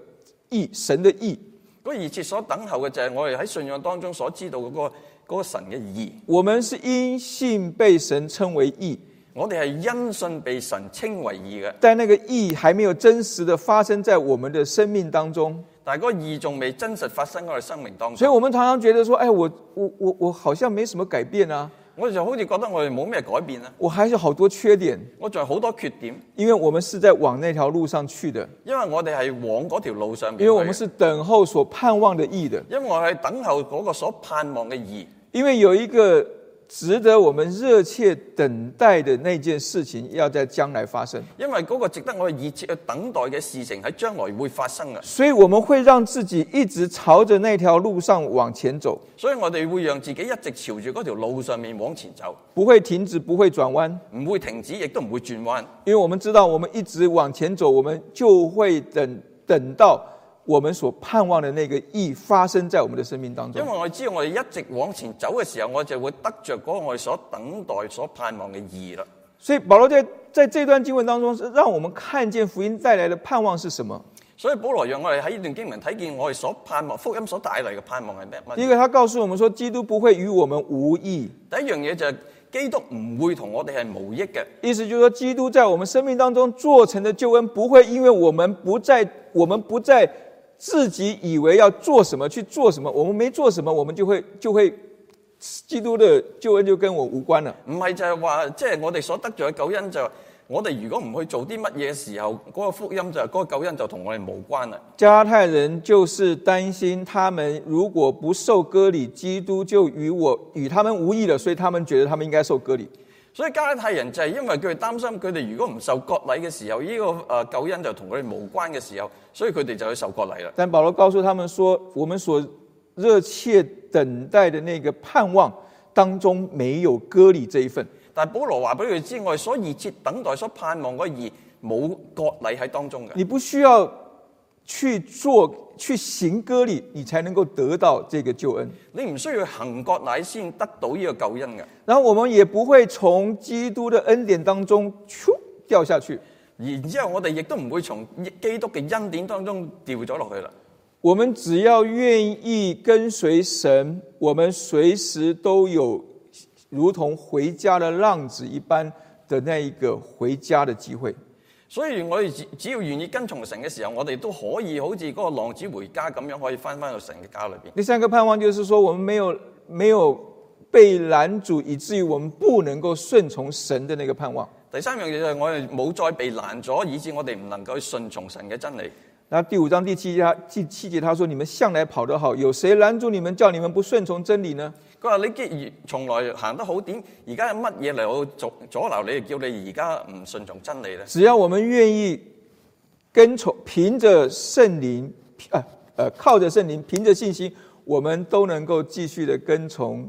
意，神的意。
嗰熱切所等候嘅就係我哋喺信仰當中所知道嗰、個嗰個神嘅義。
我们是因信被神称为义，
我哋係因信被神稱為義嘅，
但那个义还没有真实的发生在我们的生命当中。
但係嗰個義仲未真實發生喺我哋生命當
所以
中。
我们常常觉得说，哎，我我我我好像没什么改变啊，
我哋就好似覺得我哋冇咩改變啦，啊
我还有好多缺点，
我仲有好多缺點，
因为我们是在往那条路上去的，
因為我哋係往嗰條路上面
因
去
为我们
嘅。
是等候所盼望的义的，
因為我係等候嗰個所盼望嘅義，
因为有一个值得我们热切等待的那件事情，要在将来发生。
因為嗰個值得我哋熱切去等待嘅事情喺將來會發生啊嘅，
所以我们会让自己一直朝着那条路上往前走，
所以我哋會讓自己一直朝住嗰條路上面往前走，
不会停止，不会转弯，
唔會停止，亦都唔會轉彎，
因为我们知道，我们一直往前走，我们就会等等到我们所盼望的那个意发生在我们的生命当中
因為。我知道我哋一直往前走嘅時候，我就會得着嗰個我哋所等待、所盼望嘅意義啦。
所以保罗在在这段经文当中，是让我们看见福音带来的盼望是什么。
所以保羅讓我哋喺呢段經文睇見我哋所盼望福音所帶嚟嘅盼望係咩？
第一个，他告诉我们说，基督不会与我们无益，
第一樣嘢就係基督唔會同我哋係無益嘅，
意思就是说，基督在我们生命当中做成的救恩，不会因为我们不在，我们不在自己以为要做什么去做什么，我们没做什么，我们就会就会，基督的救恩就跟我无关了。
唔係就係話即係我哋所得着嘅救恩就係我哋如果唔去做啲乜嘢時候，嗰、個福音就係嗰、個救恩就同我哋無關啦。
加泰人就是担心他们如果不受割礼，基督就与我与他们无异了，所以他们觉得他们应该受割礼。
所以加拉太人就係因為佢哋擔心佢哋如果唔受割禮嘅時候，呢、個誒救恩就同佢哋無關嘅時候，所以佢哋就去受割禮啦。
但保罗告诉他们说，我们所热切等待的那个盼望当中没有割礼这一份。
但係保羅話俾佢哋知，我哋所熱切等待、所盼望嗰義冇割禮喺當中嘅。
你不需要去做、去行割礼，你才能够得到这个救恩。
你唔需要行割禮先得到呢個救恩嘅，
然后我们也不会从基督的恩典当中咻掉下去，
然之後我哋亦都唔會從基督嘅恩典當中掉咗落去啦。
我们只要愿意跟随神，我们随时都有如同回家的浪子一般的那一个回家的机会。
所以我哋只只要願意跟從神嘅時候，我哋都可以好似嗰個浪子回家咁樣，可以翻翻到神嘅家裏邊。
第三个盼望就是说，我们没有没有被拦阻，以至于我们不能够顺从神的那个盼望。
第三樣嘢就係我哋冇再被攔咗，以致我哋唔能夠去順從神嘅真理。
那第五章第七节他，第七节他说：“你们向来跑得好，有谁拦住你们，叫你们不顺从真理呢
佢話：你既然從來行得好點，而家有乜嘢嚟到阻阻撓你，叫你而家唔順從真理咧？”？
只要我们愿意跟从，凭着圣灵，呃呃，靠着圣灵，凭着信心，我们都能够继续的跟从，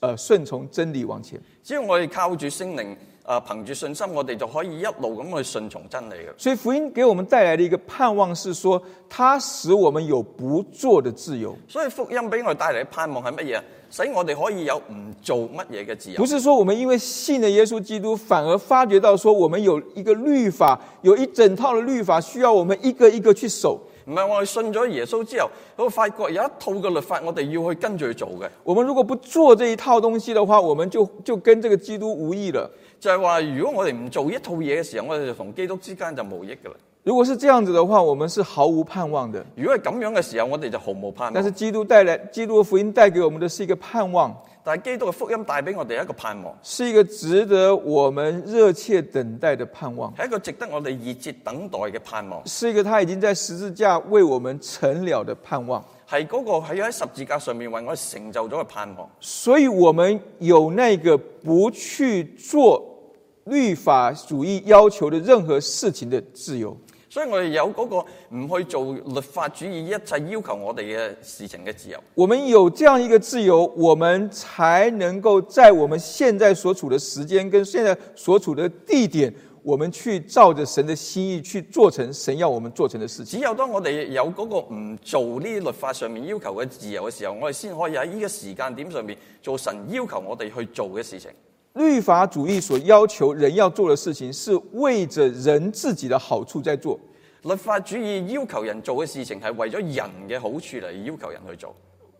呃，顺从真理往前。
只要我哋靠住聖靈，啊、憑住信心，我哋就可以一路咁去順從真理嘅。
所以福音给我们带来的一个盼望是说，它使我们有不做的自由，
所以福音俾我哋帶嚟嘅盼望係乜嘢？啊使我哋可以有唔做乜嘢嘅自由
不。是说我们因为信了耶稣基督，反而发觉到说我们有一个律法，有一整套的律法需要我们一个一个去守。
唔係我哋信咗耶穌之後，我發覺有一套嘅律法，我哋要去跟住去做嘅。
我们如果不做这一套东西的话，我们就就跟这个基督无异了。
就係話，如果我哋唔做一套嘢嘅時候，我哋就同基督之間就無益㗎啦。
如果是这样子的话，我们是毫无盼望的。
如果係咁樣嘅時候，我哋就毫無盼
但是
望。
基督带来，基督的福音带给我们的是一个盼望，
但係基督嘅福音帶俾我哋一個盼望，
是一个值得我们热切等待的盼望，
係一個值得我哋熱切等待嘅盼望，
是一个他已经在十字架为我们成了的盼望。
係嗰個喺喺十字架上面為我哋成就咗嘅盼望。
所以我们有那个不去做律法主义要求的任何事情的自由。
所以我哋有嗰個唔去做律法主義一切要求我哋嘅事情嘅自由。
我们有这样一个自由，我们才能够在我们现在所处的时间跟现在所处的地点，我们去照着神的心意去做成神要我们做成的事情。
只有當我哋有嗰個唔做呢啲律法上面要求嘅自由嘅時候，我哋先可以喺呢個時間點上面做神要求我哋去做嘅事情。
律法主义所要求人要做的事情，是为着人自己的好处在做。
律法主義要求人做嘅事情係為咗人嘅好處嚟要求人去做。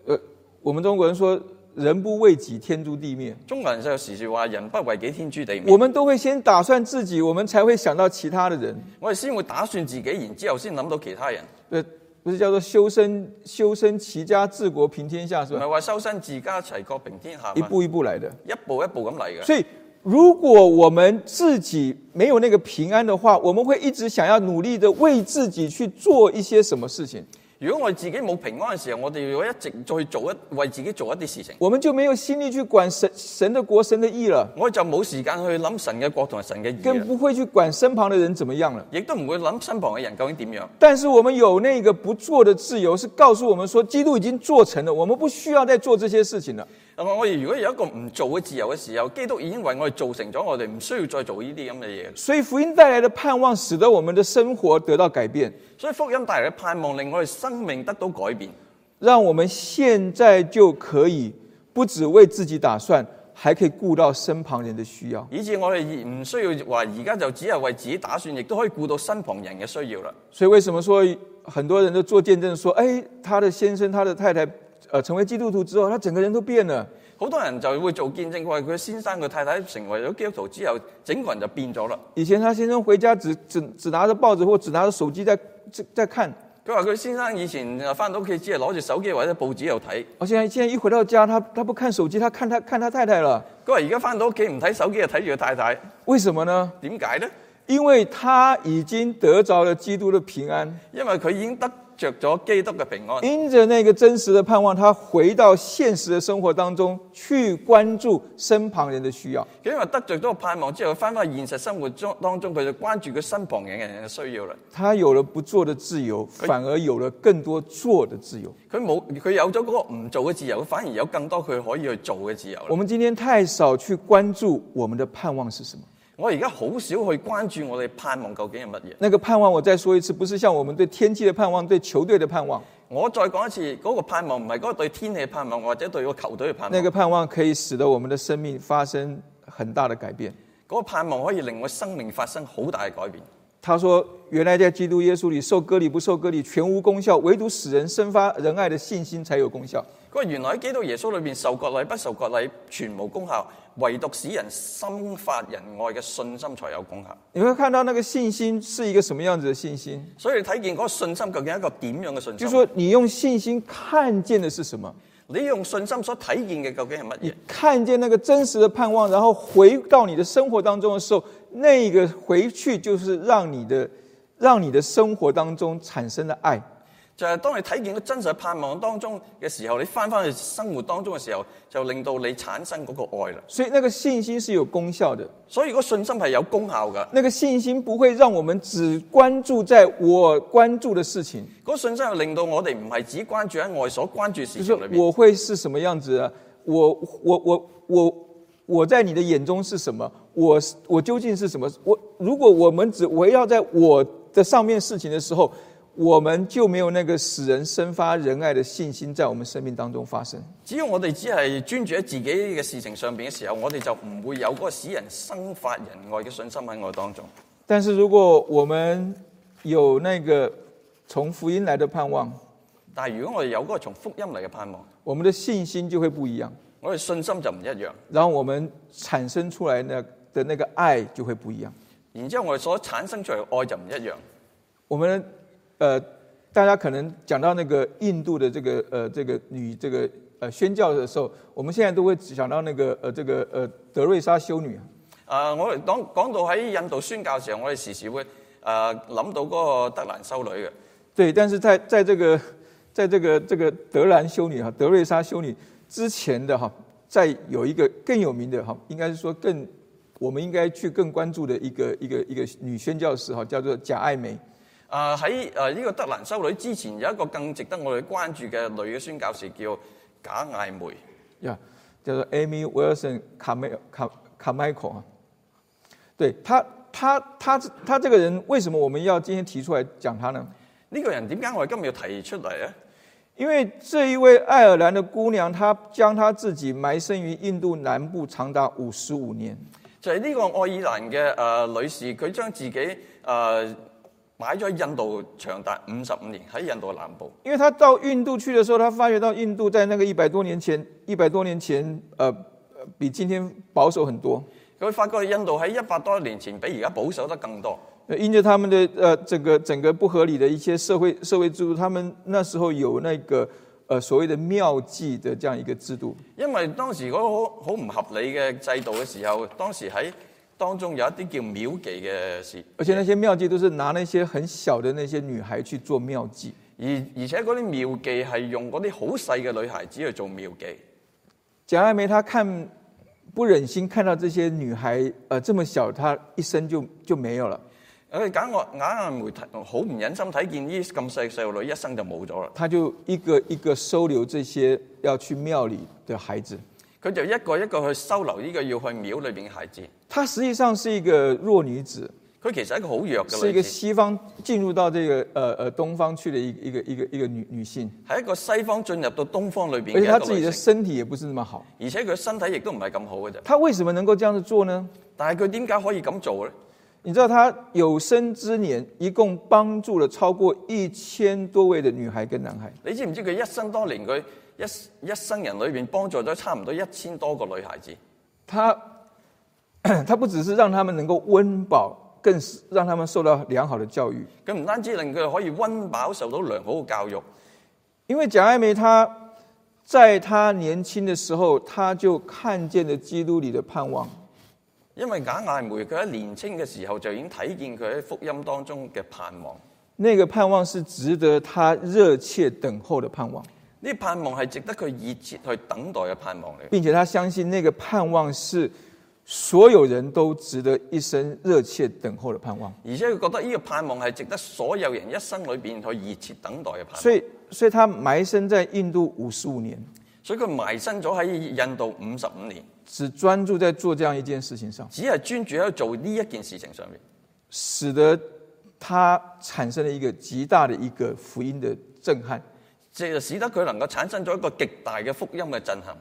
呃，我們中國人說“人不為己，天诛地滅”。
中國人就有時時話人不為己，天诛地
我
滅。
们都会先打算自己，我们才会想到其他的人。
我哋先會打算自己，然之後先諗到其他人，
呃，不是叫做修身修身齐家治国平天下是
唔
吧？
係話修身治家齊國平天下
一
嘛，
步一步来的。
一步一步咁嚟嘅。
所以，如果我们自己没有那个平安的话，我们会一直想要努力的为自己去做一些什么事情。
Nếu chúng ta không có sự bình an, chúng ta sẽ luôn tìm kiếm những việc 如果我哋自己冇平安嘅時候，我哋要一直再做一為自己做一啲事情，
我们就没有心力去管神神的国、神的意了，
我就冇時間去諗神嘅國同埋神嘅義
更
啊，
不会去管身旁的人怎么样了。
亦都唔會諗身旁嘅人究竟點樣。
但是我们有那个不做的自由，是告诉我们说，基督已经做成了，我们不需要再做这些事情了。
我我哋如果有一個唔做嘅自由嘅時候，基督已經為我哋造成咗，我哋唔需要再做呢啲咁嘅嘢。
所以福音带来的盼望，使得我们的生活得到改变，
所以福音帶嚟嘅盼望，令我哋生命得到改變，
让我们现在就可以不只为自己打算，还可以顾到身旁人的需要。
以致我哋唔需要話而家就只係為自己打算，亦都可以顧到身旁人嘅需要啦。
所以为什么说很多人都做见证说，哎，他的先生、他的太太，呃，成为基督徒之后，他整个人都变了。
好多人就會做見證，話佢先生佢太太成為咗基督徒之後，整個人就變咗啦。
以前他先生回家只只只拿着报纸或只拿着手机在在在看，
佢話佢先生以前呃翻到屋企只係攞住手機或者報紙又睇，
我哦现在现在一回到家，他他不看手机，他看他看他太太了。
佢話而家翻到屋企唔睇手機就睇住佢太太，
为什么呢？
點解呢？
因为他已经得着了基督的平安，
因為佢已經得着咗基督嘅平安。
因着那个真实的盼望，他回到现实的生活当中去关注身旁人的需要。
佢因為得着咗個盼望之後，翻返現實生活中當中，佢就關注佢身旁嘅人嘅需要啦。
他有了不做的自由，反而有了更多做的自由。
佢冇佢有咗嗰個唔做嘅自由，反而有更多佢可以去做嘅自由
我
啦。
们今天太少去关注我们的盼望是什么。
我而家好少去關注我哋盼望究竟係乜嘢。
那个盼望，我再说一次，不是像我们对天气的盼望，对球队的盼望。
我再講一次，嗰、個盼望唔係嗰個對天氣嘅盼望，或者對個球隊嘅盼望。
那個盼望可以使得我們的生命發生很大的改變。
嗰個盼望可以令我生命發生好大嘅改變。
他說：“原來在基督耶穌里受割禮不受割禮全無功效，唯獨使人生發仁愛的信心才有功效。
佢話原來喺基督耶穌裏面受割禮不受割禮全無功效，唯獨使人心發仁愛嘅信心才有功效。”
你會看到那個信心是一個什麼樣子的信心？
所以你睇見嗰個信心究竟係一個點樣嘅信
就
心？
是說你用信心看見的是什麼？
你用信心所睇見嘅究竟係乜
你
嘢？
看見那個真實的盼望，然後回到你的生活當中的時候，那個回去就是讓你的讓你的生活當中產生的愛。
就係、當你睇見個真實嘅盼望當中嘅時候，你翻返去生活當中嘅時候，就令到你產生嗰個愛啦。
所以那個信心是有功效的。
所以嗰個信心係有功效㗎。
那个信心不会让我们只关注在我关注的事情，
嗰信心係令到我哋唔係只關注喺外所關注
就
事
是
情裏邊，
我会是什么样子、啊，我我我我我在你的眼中是什么，我我究竟是什么？我如果我们只围绕在我的上面事情的时候，我们就没有那个使人生发仁爱的信心在我们生命当中发生。
只要我哋只係專注喺自己嘅事情上邊嘅時候，我哋就唔會有嗰個使人生發仁愛嘅信心喺我當中。
但是如果我们有那个从福音来的盼望，
但係如果我哋有嗰個從福音嚟嘅盼望，
我们的信心就会不一样。
我哋信心就唔一樣，
然后我们产生出来的的那个爱就会不一样。
然之後我哋所產生出嚟嘅愛就唔一樣。
我们呃，大家可能讲到那个印度的这个呃这个女这个呃宣教的时候，我们现在都会想到那个呃这个呃德瑞莎修女，
啊、我哋講講到喺印度宣教嘅時候，我哋時時會啊諗、到嗰個德蘭修女嘅。
对，但是在在这个在这个这个德兰修女哈啊德瑞莎修女之前的哈，在有一个更有名的哈，应该是说更我们应该去更关注的一个一个一个女宣教师哈，叫做贾爱梅。
啊喺誒呢個德蘭修女之前，有一個更值得我哋關注嘅女嘅宣教士叫賈艾梅。
呀、叫做 Amy Wilson 卡梅卡卡迈克啊。对他，他他他这个人，为什么我们要今天提出来讲他呢？
呢、個人點解我哋今日要提出嚟咧？
因为这一位爱尔兰的姑娘，她将她自己埋身于印度南部长达五十五年。
就係、呢個愛爾蘭嘅誒、呃女士，佢將自己誒、呃、買咗喺印度長達五十五年，喺印度南部。
因为她到印度去的时候，她发觉到印度在那个一百多年前，一百多年前，呃，呃比今天保守很多。
佢發覺印度喺一百多年前比而家保守得更多，
呃，因着他们的呃整个整个不合理的一些社会社会制度，他们那时候有那个呃所谓的妙计的这样一个制度，
因為當時嗰個好好唔合理嘅制度嘅時候，當時喺當中有一啲叫廟妓嘅事，
而且那些妙计都是拿那些很小的那些女孩去做妙计，
而而且嗰啲妙技係用嗰啲好細嘅女孩子去做妙技。
贾艾梅她看不忍心看到这些女孩，呃，这么小，她一生就就没有了，
誒，簡我眼眼媒體好唔忍心睇見呢咁細細路女一生就冇咗啦。
她就一个一个收留这些要去庙里的孩子。
佢就一個一個去收留呢個要去廟裏邊嘅孩子。
她实际上是一个弱女子，
佢其實係一個好弱嘅
是一
女
个
子，
西方进入到这个呃呃东方去的一个一个一个一个女女性，
係一個西方進入到東方裏邊
而且她
嘅一
自
個
己
女
的
性。
身体也不是那么好。
而且佢身體亦都唔係咁好嘅啫。
她为什么能够这样子做呢？
但係佢點解可以咁做咧？
你知道她有生之年一共帮助了超过一千多位的女孩跟男孩。
你知唔知佢一生多年佢一一生人裏邊幫助咗差唔多一千多個女孩子？
他他不只是让他们能够温饱，更是让他们受到良好的教育。
佢唔單止令佢哋可以温飽，受到良好嘅教育。
因为贾艾梅她在她年轻的时候，她就看见了基督里的盼望，
因為假艾梅佢喺年青嘅時候就已經睇見佢喺福音當中嘅盼望，
那个盼望是值得她热切等候的盼望，
呢盼望係值得佢熱切去等待嘅盼望嚟。
并且她相信那个盼望是所有人都值得一生热切等候的盼望。
而且佢覺得呢個盼望係值得所有人一生裏邊去熱切等待嘅盼望，
所以，所以她埋身在印度五十五年，
所以佢埋身咗喺印度五十五年，
只专注在做这样一件事情上。
只係專注喺做呢一件事情上面，
使得他产生了一个极大的一个福音的震撼。
即係使得佢能夠產生咗一個極大嘅福音嘅震撼。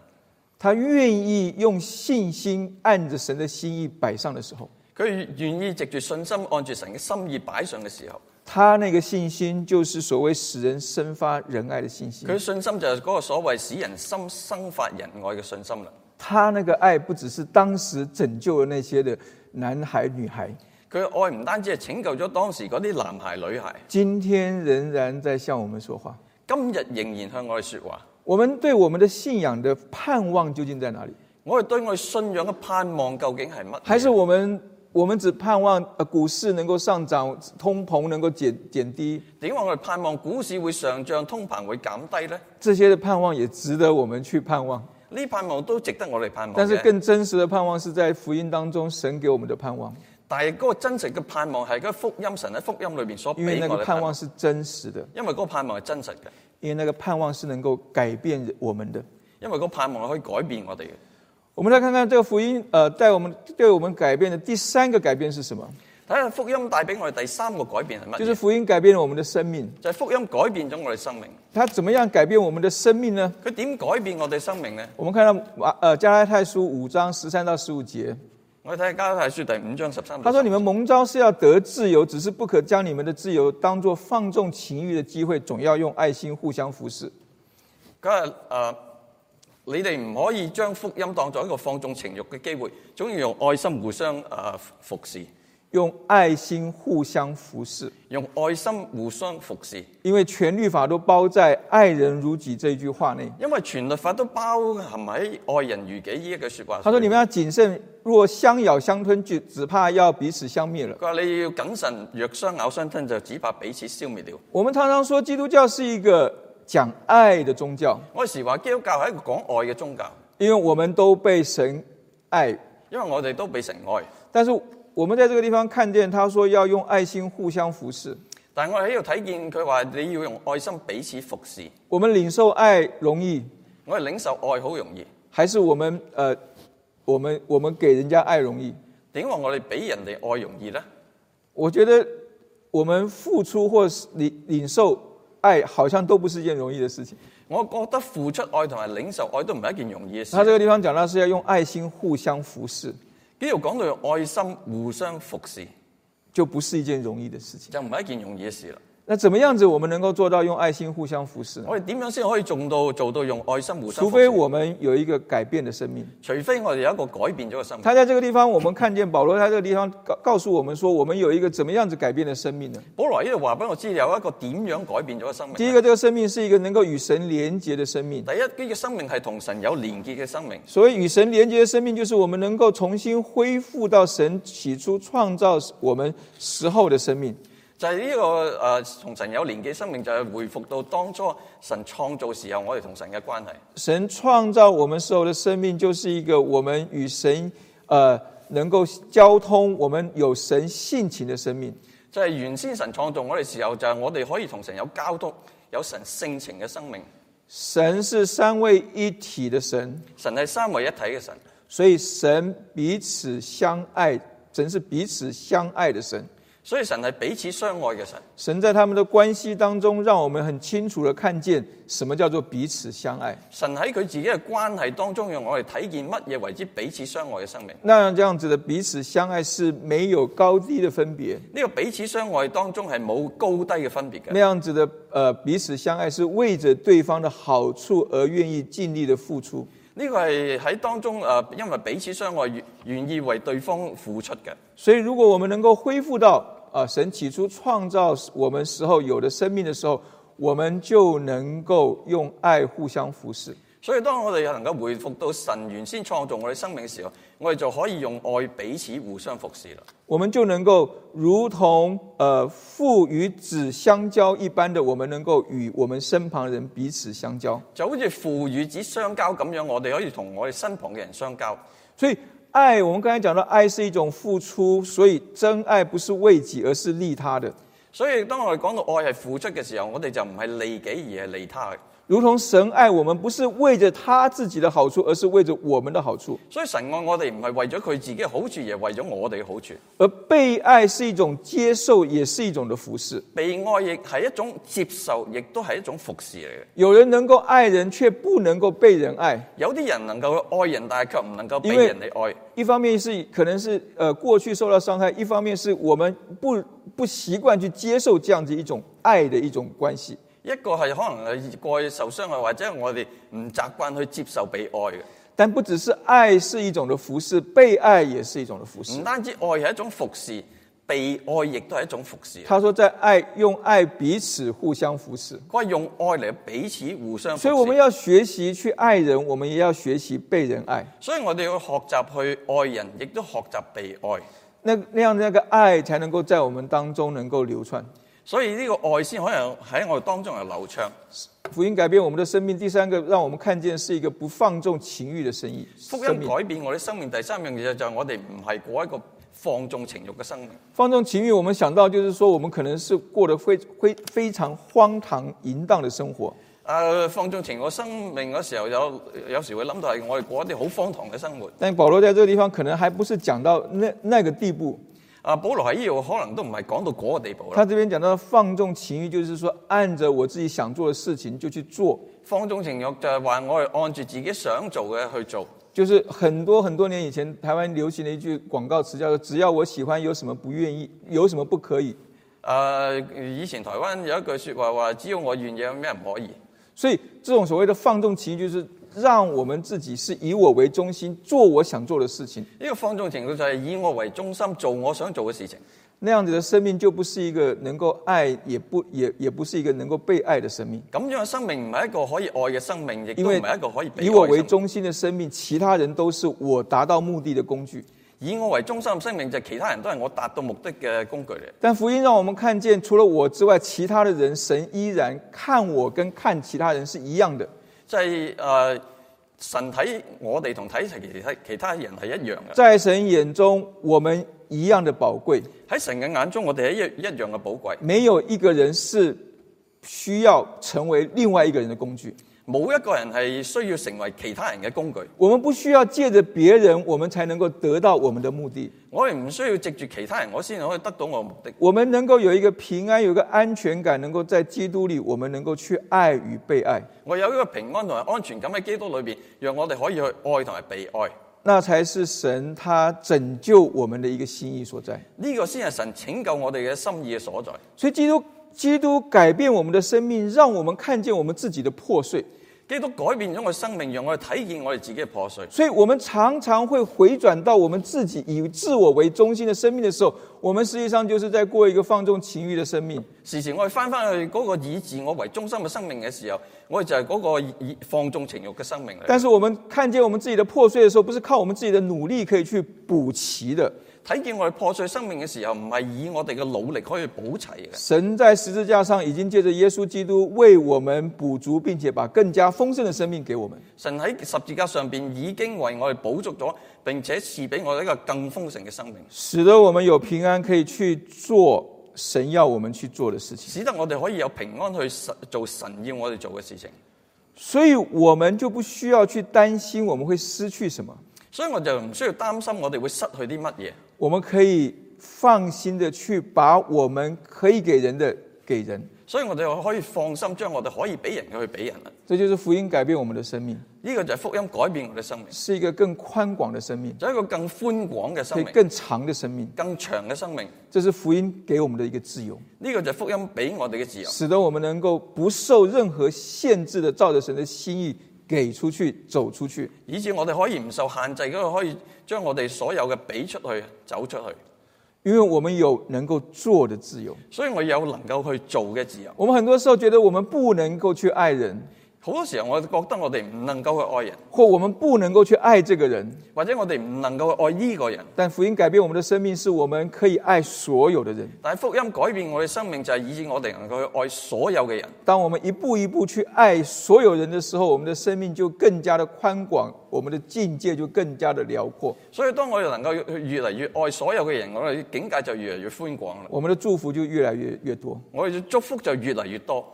他愿意用信心按着神的心意摆上的时候，
佢願意藉住信心，按住神嘅心意擺上嘅時候，
他那个信心就是所谓使人生发仁爱的信心
佢。信心就係嗰個所謂使人心生發仁愛嘅信心啦。
他那个爱不只是当时拯救了那些的男孩女孩，
佢嘅愛唔單止係拯救咗當時嗰啲男孩女孩，
今天仍然在向我们说话。
今日仍然向我哋説話。
我们对我们的信仰的盼望究竟在哪里？
我哋對我哋信仰嘅盼望究竟係乜嘢？
还是我们我们只盼望呃股市能够上涨，通膨能够减减低？
點解我哋盼望股市會上漲、通膨會減低呢？
这些的盼望也值得我们去盼望，
呢盼望都值得我哋盼望
但是
嘅
更真实的盼望是在福音当中神给我们的盼望，
但係嗰個真實嘅盼望係嗰個福音神喺福音裏邊所
因为
俾
那
我
个
哋
盼
盼望
望，是真实的，
因為嗰個盼望係真實嘅，
因为那个盼望是能够改变我们的。
因為嗰個盼望可以改變我哋嘅。
我们来看看这个福音，呃，带我们对我们改变的第三个改变是什么？
睇下福音帶俾我哋第三個改變係乜
就是
嘢？
福音改变了我们的生命。
就係福音改變咗我哋生命。
它怎么样改变我们的生命呢？
佢點改變我哋生命呢？
我们看到马呃加拉太书五章十三到十五节，
我哋睇下加拉太書第五章十三
他
到
说：“
十
你们蒙召是要得自由，只是不可将你们的自由当作放纵情欲的机会，总要用爱心互相服侍。”
佢話誒，你哋唔可以將福音當作一個放縱情欲嘅機會，總要用愛心互相誒、呃服侍，
用爱心互相服侍，
用愛心互相服侍。
因为全律法都包在“爱人如己”这一句话内。
因為全律法都包含喺愛人如己呢一句説話。
他说：“你们要谨慎，若相咬相吞，就只怕要彼此相灭了。
佢話你要謹慎，若相咬相吞，就只怕彼此消滅了。”
我们常常说，基督教是一个讲爱的宗教，
我有時話基督教係一個講愛嘅宗教，
因为我们都被神爱。
因為我哋都被神愛。
但是我们在这个地方看见，他说要用爱心互相服侍。
但我哋喺度睇見佢話你要用愛心彼此服侍。
我们领受爱容易，
我哋領受愛好容易，
还是我们呃，我们我们给人家爱容易？
點解我哋俾人哋愛容易呢？
我觉得我们付出或是领领受爱，好像都不是一件容易的事情。
我覺得付出愛同埋領受愛都唔係一件容易嘅
他
事。
这个地方讲到是要用爱心互相服侍，
呢度講到用愛心互相服侍，
就不是一件容易的事情。
就唔係一件容易嘅事啦。
那怎么样子我们能够做到用爱心互相服侍呢？
我哋點樣先可以做到做到用愛心互相
除
服
非
侍？
我们有一个改变的生命。
除非我哋有一個改變咗嘅生命。
他在这个地方，我们看见保罗在这个地方告告诉我们说，我们有一个怎么样子改变的生命呢？
保羅呢度話俾我知有一個點樣改變咗嘅生命。
第一个，这个生命是一个能够与神连结的生命。
第一呢個生命係同神有連結嘅生命。
所谓与神连接的生命，就是我们能够重新恢复到神起初创造我们时候的生命。
Chính là chúng ta có thể trở lại với Chúa khi chúng ta đã bị Chúa tạo ra. Chúng ta có thể trở lại với Chúa khi chúng ta đã bị Chúa tạo ra. Chúng ta có thể trở lại với Chúa khi chúng ta đã bị Chúa tạo ra. Chúng ta có thể trở lại với Chúa khi chúng ta đã bị Chúa tạo ra. Chúng ta có thể trở lại với Chúa khi chúng ta đã bị Chúa tạo ra. Chúng ta có thể trở lại với Chúa khi chúng ta đã bị Chúa tạo ra. Chúng ta có thể trở lại với Chúa khi chúng ta đã bị Chúa tạo ra. Chúng ta có thể trở lại với Chúa khi chúng ta đã bị Chúa tạo ra. Chúng ta có thể trở lại với Chúa khi chúng ta đã bị Chúa tạo ra. Chúng ta có thể trở lại với Chúa khi chúng ta đã bị Chúa tạo ra. Chúng ta có thể trở lại với Chúa khi chúng ta đã bị Chúa tạo ra. Chúng ta có thể trở lại với Chúa khi chúng ta đã bị Chúa tạo ra. Chúng ta có thể trở lại với Chúa khi chúng ta đã bị Chúa tạo ra. Chúng ta có thể trở lại với Chúa khi chúng ta đã bị Chúa tạo ra. Chúng ta có thể trở lại với Chúa khi chúng ta đã bị Chúa tạo ra. Chúng ta có thể trở lại với Chúa khi chúng ta đã bị Chúa tạo ra. Chúng ta có thể trở lại với 就係、呢、個誒同、神有連結生命，就係回復到當初神創造時候我哋同神嘅關係。
神创造我们时候的生命，就是一个我们与神呃能够交通，我们有神性情的生命。
就係、原先神創造我哋時候，就係、我哋可以同神有交通，有神性情嘅生命。
神是三位一体的神，
神係三位一體嘅神，
所以神彼此相爱，神是彼此相爱的神。
所以神係彼此相愛嘅神。
神在他们的关系当中，让我们很清楚的看见什么叫做彼此相爱。
神喺佢自己嘅關係當中，讓我哋睇見乜嘢為之彼此相愛嘅生命。
那这样子的彼此相爱是没有高低的分别，
呢、個彼此相愛當中係冇高低嘅分別嘅
那。样子的呃彼此相爱是为着对方的好处而愿意尽力的付出。
呢個係喺當中誒、呃因為彼此相愛，願願意為對方付出嘅。
所以，如果我们能够恢复到啊、呃神起初创造我们时候有的生命的时候，我们就能够用爱互相服侍。
所以當我哋能夠回復到神原先創造我哋生命嘅時候，我哋就可以用愛彼此互相服侍啦。
我们就能够如同呃父与子相交一般的，我们能够与我们身旁人彼此相交。
就好似父與子相交咁樣，我哋可以同我哋身旁嘅人相交。
所以，爱我们刚才讲到，爱是一种付出，所以真爱不是为己，而是利他的。
所以當我哋講到愛係付出嘅時候，我哋就唔係利己而係利他嘅。
如同神爱我们，不是为着他自己的好处，而是为着我们的好处。
所以神愛我哋唔係為咗佢自己嘅好處，而係為咗我哋嘅好處。
而被爱是一种接受，也是一種的服侍。
被愛亦係一種接受，亦都係一種服侍嚟嘅。
有人能够爱人，却不能够被人爱。
有啲人能夠愛人，但係卻唔能夠俾
因為
人哋愛。
一方面是可能是呃过去受到伤害，一方面是我们不不习惯去接受这样子一种爱的一种关系。
一個係可能係過去受傷害，或者我哋唔習慣去接受被愛嘅。
但不只是爱是一種的服侍，被愛也是一種的服侍
唔。單止愛係一種服侍，被愛亦都係一種服侍。
他说，在爱用愛彼此互相服侍，
佢係用愛嚟彼此互相服
所以我们
侍。
要学习去爱人，我们也要学习被人爱。
所以我哋要學習去愛人，亦都學習被愛。
那那样的那个爱才能够在我们當中能够流窜。
所以呢個愛先可能喺我哋當中係流暢。
福音改变我们的生命，第三个让我们看见是一个不放纵情欲的生意。
福
生
音
命
改變我哋生命，第三樣嘢就係我哋唔係過一個放縱情欲嘅生命。
放纵情欲，我们想到就是说，我们可能是过得非非非常荒唐淫荡的生活。
誒、啊放縱情欲嘅生命嗰時候，有有時會諗到係我哋過一啲好荒唐嘅生活。
但保罗在这个地方可能还不是講到那那个地步，
啊，保羅喺呢度可能都唔係講到嗰個地步啦。
他这边讲到放纵情欲，就是说按着我自己想做的事情就去做，
放縱情欲就係話我哋按住自己想做嘅去做。
就是很多很多年以前台湾流行的一句广告词叫做“只要我喜欢，有什么不愿意，有什么不可以
誒、呃以前台灣有一句説話話：只要我願意，有咩唔可以？”。
所以这种所谓的放纵情欲，就是让我们自己是以我为中心，做我想做的事情。
呢、個放縱情欲就係以我為中心，做我想做嘅事情。
那样子的生命就不是一个能够爱，也不也也不是一个能够被爱的生命。
咁樣嘅生命唔係一個可以愛嘅生命，亦都
因
唔
为
係一個可以被愛
以我
嘅生
为
命。
中心的生命，其他人都是我达到目的的工具。
以我為中心嘅生命就係其他人都係我達到目的嘅工具嚟。
但福音让我们看见，除了我之外，其他的人，神依然看我跟看其他人是一样的。
即係誒神睇我哋同睇其他其他人係一樣嘅。
在神眼中，我们一样的宝贵，
喺神嘅眼中，我哋係一一樣嘅寶貴。
没有一个人是需要成为另外一个人的工具。
冇一個人係需要成為其他人嘅工具。
我们不需要借着别人，我们才能够得到我们的目的。
我哋唔需要藉住其他人，我先可以得到我嘅目的。
我们能够有一个平安，有一个安全感，能够在基督里，我们能够去爱与被爱，
我有一個平安同埋安全感喺基督裏邊，讓我哋可以去愛同埋被愛。
那才是神他拯救我们的一个心意所在。
呢、個先係神拯救我哋嘅心意嘅所在。
所以基督基督改变我们的生命，让我们看见我们自己的破碎。
基督改變咗我嘅生命，讓我哋睇見我哋自己嘅破碎。
所以，我们常常会回转到我们自己以自我为中心的生命的时候，我们实际上就是在过一个放纵情欲的生命。
時時我哋翻翻去嗰個以自我為中心嘅生命嘅時候，我哋就係嗰個以以放縱情欲嘅生命嚟。
但是，我们看见我们自己的破碎的时候，不是靠我们自己的努力可以去补齐的，
睇見我哋破碎生命嘅時候，唔係以我哋嘅努力可以補齊嘅。
神在十字架上已经借着耶稣基督为我们补足，并且把更加丰盛的生命给我们。
神喺十字架上邊已經為我哋補足咗，並且賜俾我哋一個更豐盛嘅生命，
使得我们有平安，可以去做神要我们去做的事情。
使得我哋可以有平安去實做神要我哋做嘅事情。
所以，我们就不需要去担心我们会失去什么，
所以我就唔需要擔心我哋會失去啲乜嘢，
我们可以放心的去把我们可以给人的给人。
所以我哋可以放心將我哋可以俾人嘅去俾人啦。
这就是福音改变我们的生命，
呢、個就係福音改變我哋生命，
是一个更宽广的生命，
就係一個更寬廣嘅生
可以
命、
更长的生命。
更長嘅生命。
这是福音给我们的一个自由，
呢、個就係福音俾我哋嘅自由，
使得我们能够不受任何限制的，照着神的心意给出去，走出去。
以致我哋可以唔受限制，咁可以將我哋所有嘅俾出去、走出去。
因为我们有能够做的自由。
所以我有能夠去做嘅自由。
我们很多时候觉得我们不能够去爱人，
好多時候，我覺得我哋唔能夠去愛人，
或我们不能够去愛这个人。
或者我哋唔能夠去愛呢個人。
但福音改变我们的生命，是我們可以愛所有的人。
但係福音改變我哋生命，就係以致我哋能夠去愛所有嘅人。
当我们一步一步去愛所有人的时候，我们的生命就更加的宽广，我们的境界就更加的辽阔，
所以當我哋能夠越嚟越愛所有嘅人，我哋境界就越嚟越寬廣啦。
我们的祝福就越来越越多。
我哋嘅祝福就越嚟越多。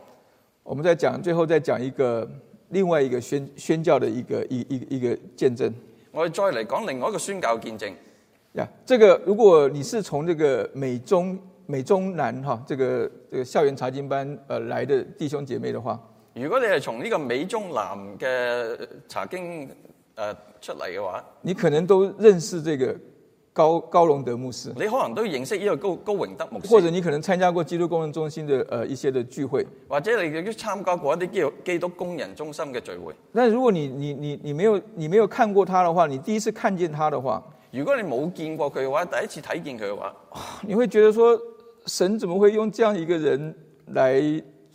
我们再讲，最后再讲一个另外一个宣宣教的一个一一一个见证。
我哋再嚟講另外一個宣教見證。
呀、这个如果你是从这个美中美中南哈这个这个校园查经班呃来的弟兄姐妹的话，
如果你係從呢個美中南嘅查經誒、呃出嚟嘅話，
你可能都认识这个高高隆德牧师，
你可能都認識呢個高高榮德牧
或者
師，
你可能参加过基督工人中心的呃一些的聚会。
或者你亦都參加過一啲基督基督工人中心嘅聚會。
那如果你你你你没有你没有看过他的话，你第一次看见他的话，
如果你冇見過佢嘅話，第一次睇見佢嘅話，
你会觉得说神怎么会用这样一个人来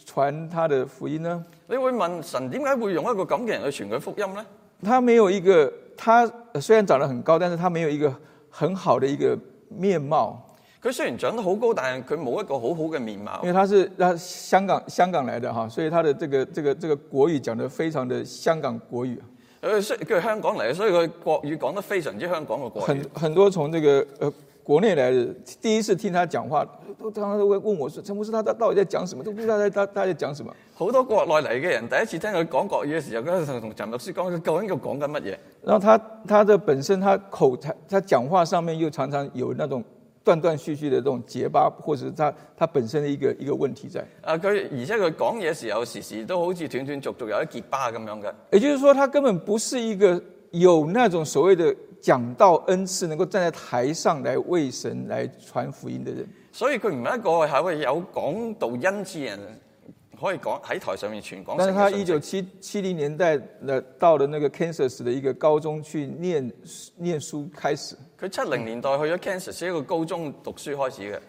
传他的福音呢？
你會問神點解會用一個咁嘅人去傳佢福音呢？
他没有一个，他呃虽然长得很高，但是他没有一个很好的一个面貌，
佢雖然長得好高，但係佢冇一個好好嘅面貌
因。为他是他香港香港来的哈，所以他的这个这个这个国语讲得非常的香港国语，
佢雖呃佢係香港嚟，所以佢國語講得非常之香港嘅國
很
語。
很多从这个呃国内来的，第一次听他讲话，都常常都会问我说，陈牧师他他到底在讲什么？都不知道他他他在講讲什么。
好多國內嚟嘅人第一次聽佢講國語嘅時候，佢就同陳律師講佢究竟佢講緊乜嘢。
然后他他的本身他口才他讲话上面又常常有那种断断续续的这种结巴，或者是他他本身的一个一个问题在。
啊！佢而且佢講嘢時候，時時都好似斷斷續續有一結巴咁樣嘅。
也就是说，他根本不是一个有那种所谓的讲道恩赐，能够站在台上来为神来传福音的人。
所以佢唔係一個係位有講道恩賜嘅人，可以講喺台上面傳講
但
神嘅
是他
信
一
息
九七七零年代呃到了那个 Kansas 的一个高中去念念书开始，
佢七
嗯
零年代去咗 Kansas 一個高中讀書開始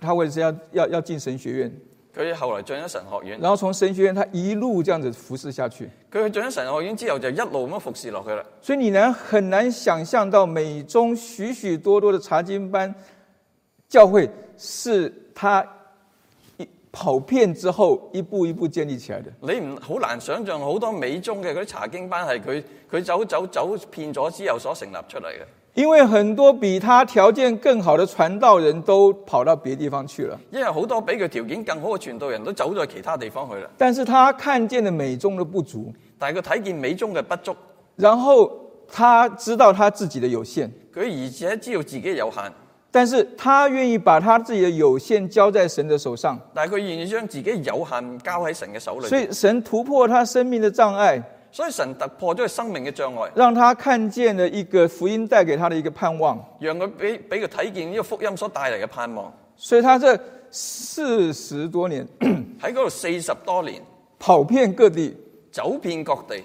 他为了是要要要进神学院，
嘅，佢後來進咗神學院，
然后从神学院他一路这样子服侍下去。
佢進咗神學院之後就一路咁樣服侍落去啦。
所以你呢很难想象到美中许许多多的查经班教会是他一跑遍之后一步一步建立起来的。
你唔好難想象好多美中嘅嗰啲查經班係佢佢走走走騙咗之後所成立出嚟嘅，
因为很多比他条件更好的传道人都跑到别地方去了，
因為好多比佢條件更好嘅傳道人都走咗去其他地方去啦。
但是他看见了美中的不足，
但係佢睇見美中嘅不足，
然后他知道他自己的有限，
佢而且知道自己有限，
但是他愿意把他自己的有限交在神的手上，
但係佢願意將自己有限交喺神嘅手裏。
所以神突破他生命的障礙，
所以神突破咗佢生命嘅障礙，
让他看见了一个福音带给他的一个盼望。
讓佢俾俾佢睇見呢個福音所帶嚟嘅盼望。
所以他这四十多年
喺嗰度四十多年，
跑遍各地，
走遍各地，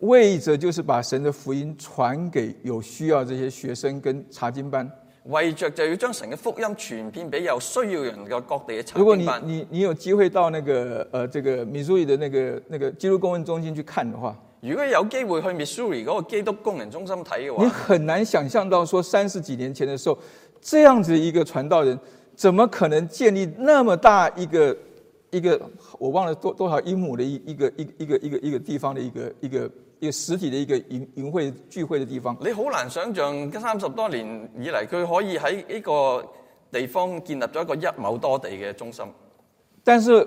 为着就是把神的福音传给有需要这些学生跟查经班。
為着就要將神嘅福音傳遍俾有需要人嘅各地嘅查
如果
經
你
班。
你你有机会到那个呃这个米苏里的那个那个基督公文中心去看的话，
如果有機會去 Missouri 嗰個基督工人中心睇嘅
你
話，
很难想象到说三十几年前的时候，这样子一个传道人，怎么可能建立那么大一个一个我忘了多多少英亩的一一个一一个一个一个地方的一个一个一个实体的一个营营会聚会的地方？
你好難想象三十多年以嚟，佢可以喺呢個地方建立咗一個一畝多地嘅中心。
但是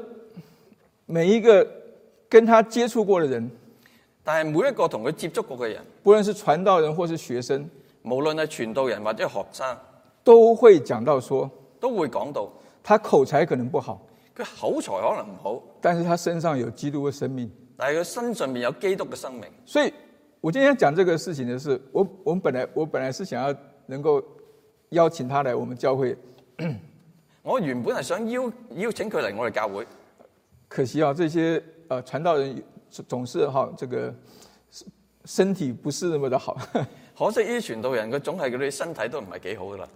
每一个跟他接触过的人，
但係每一個同佢接觸過嘅人，
不论是传道人或是學生，
無論係傳道人或者學生，
都会讲到说
都會講到
他口才可能不好，
佢口才可能唔好，
但是他身上有基督的生命。
但係佢身上面有基督嘅生命。
所以我今天讲这个事情的是，我我们本来我本来是想要能够邀请他来我们教会，
我原本係想邀邀請佢嚟我哋教會，
可惜啊，这些呃传道人总总是哈、这个身体不是那么的好。
可惜呢啲傳道人佢總係佢哋身體都唔係幾好噶啦。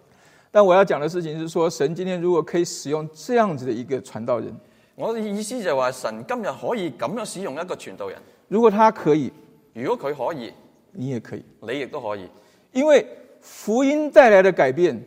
但我要讲的事情是说，神今天如果可以使用这样子的一个传道人，
我嘅意思就係話，神今日可以咁樣使用一個傳道人，
如果他可以，
如果佢可以，
你也可以，
你亦都可以。
因为福音带来的改变，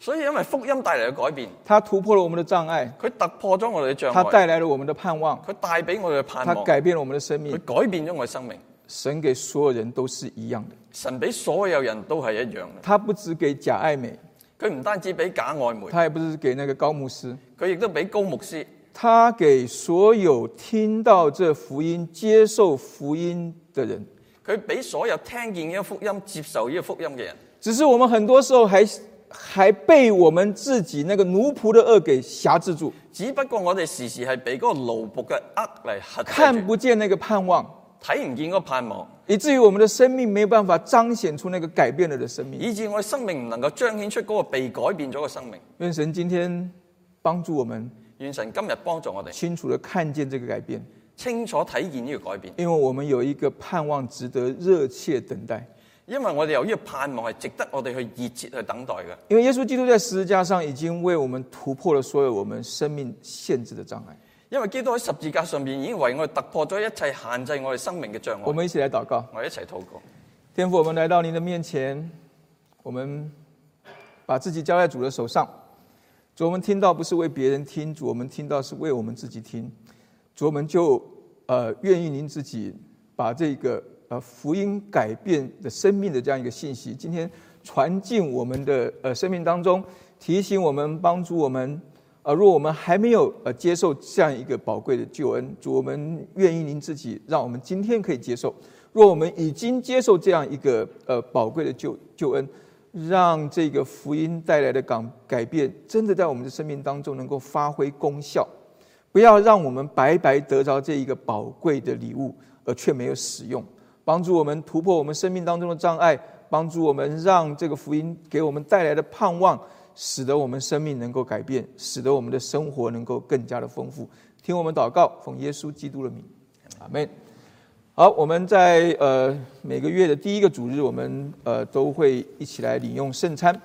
所以因為福音帶嚟嘅改變，
它突破了我们的障碍，
佢突破咗我哋嘅障
它
礙，
带来了我们的盼望，
佢帶俾我哋嘅盼
它
望，
改變了我们的生
佢
命。
改變咗我嘅生命。
神给所有人都是一样的。
神俾所有人都係一樣嘅，
他不只给贾爱美，
佢唔單止俾假外媒，
他也不是给那个高牧师，
佢亦都俾高牧師，
他给所有听到这福音、接受福音的人。
佢俾所有聽見呢個福音、接受呢個福音嘅人。
只是我们很多时候还还被我们自己那个奴仆的恶给辖制住，
只不過我哋時時係俾嗰個奴仆嘅呃嚟核制
看
住，
不见那个盼望，
睇唔見嗰個盼望，
以至于我们的生命没有办法彰显出那个改变了的生命。
以致我哋生命唔能夠彰顯出嗰個被改變咗嘅生命。
愿神今天帮助我们
願神今日幫助我哋
清楚的看见这个改变，
清楚睇見呢個改變，
因为我们有一个盼望值得热切等待。
因為我哋有呢個盼望係值得我哋去熱切去等待嘅。
因为耶稣基督在十字架上已经为我们突破了所有我们生命限制的障碍。
因為基督喺十字架上面已經為我哋突破咗一切限制我哋生命嘅障
我
礙。
们一起来祷告，
我哋一齊禱告，
天父，我们来到您的面前，我们把自己交在主的手上。主，我们听到不是为别人听，主，我们听到是为我们自己听。主，我们就呃愿意您自己把这个呃福音改变的生命的这样一个信息，今天传进我们的呃生命当中，提醒我们，帮助我们。呃，若我们还没有呃接受这样一个宝贵的救恩，主，我们愿意您自己让我们今天可以接受。若我们已经接受这样一个呃宝贵的救救恩，让这个福音带来的改改变，真的在我们的生命当中能够发挥功效。不要让我们白白得着这一个宝贵的礼物，而却没有使用。帮助我们突破我们生命当中的障碍，帮助我们让这个福音给我们带来的盼望，使得我们生命能够改变，使得我们的生活能够更加的丰富。听我们祷告，奉耶稣基督的名，阿门。好，我们在呃每个月的第一个主日，我们呃都会一起来领用圣餐。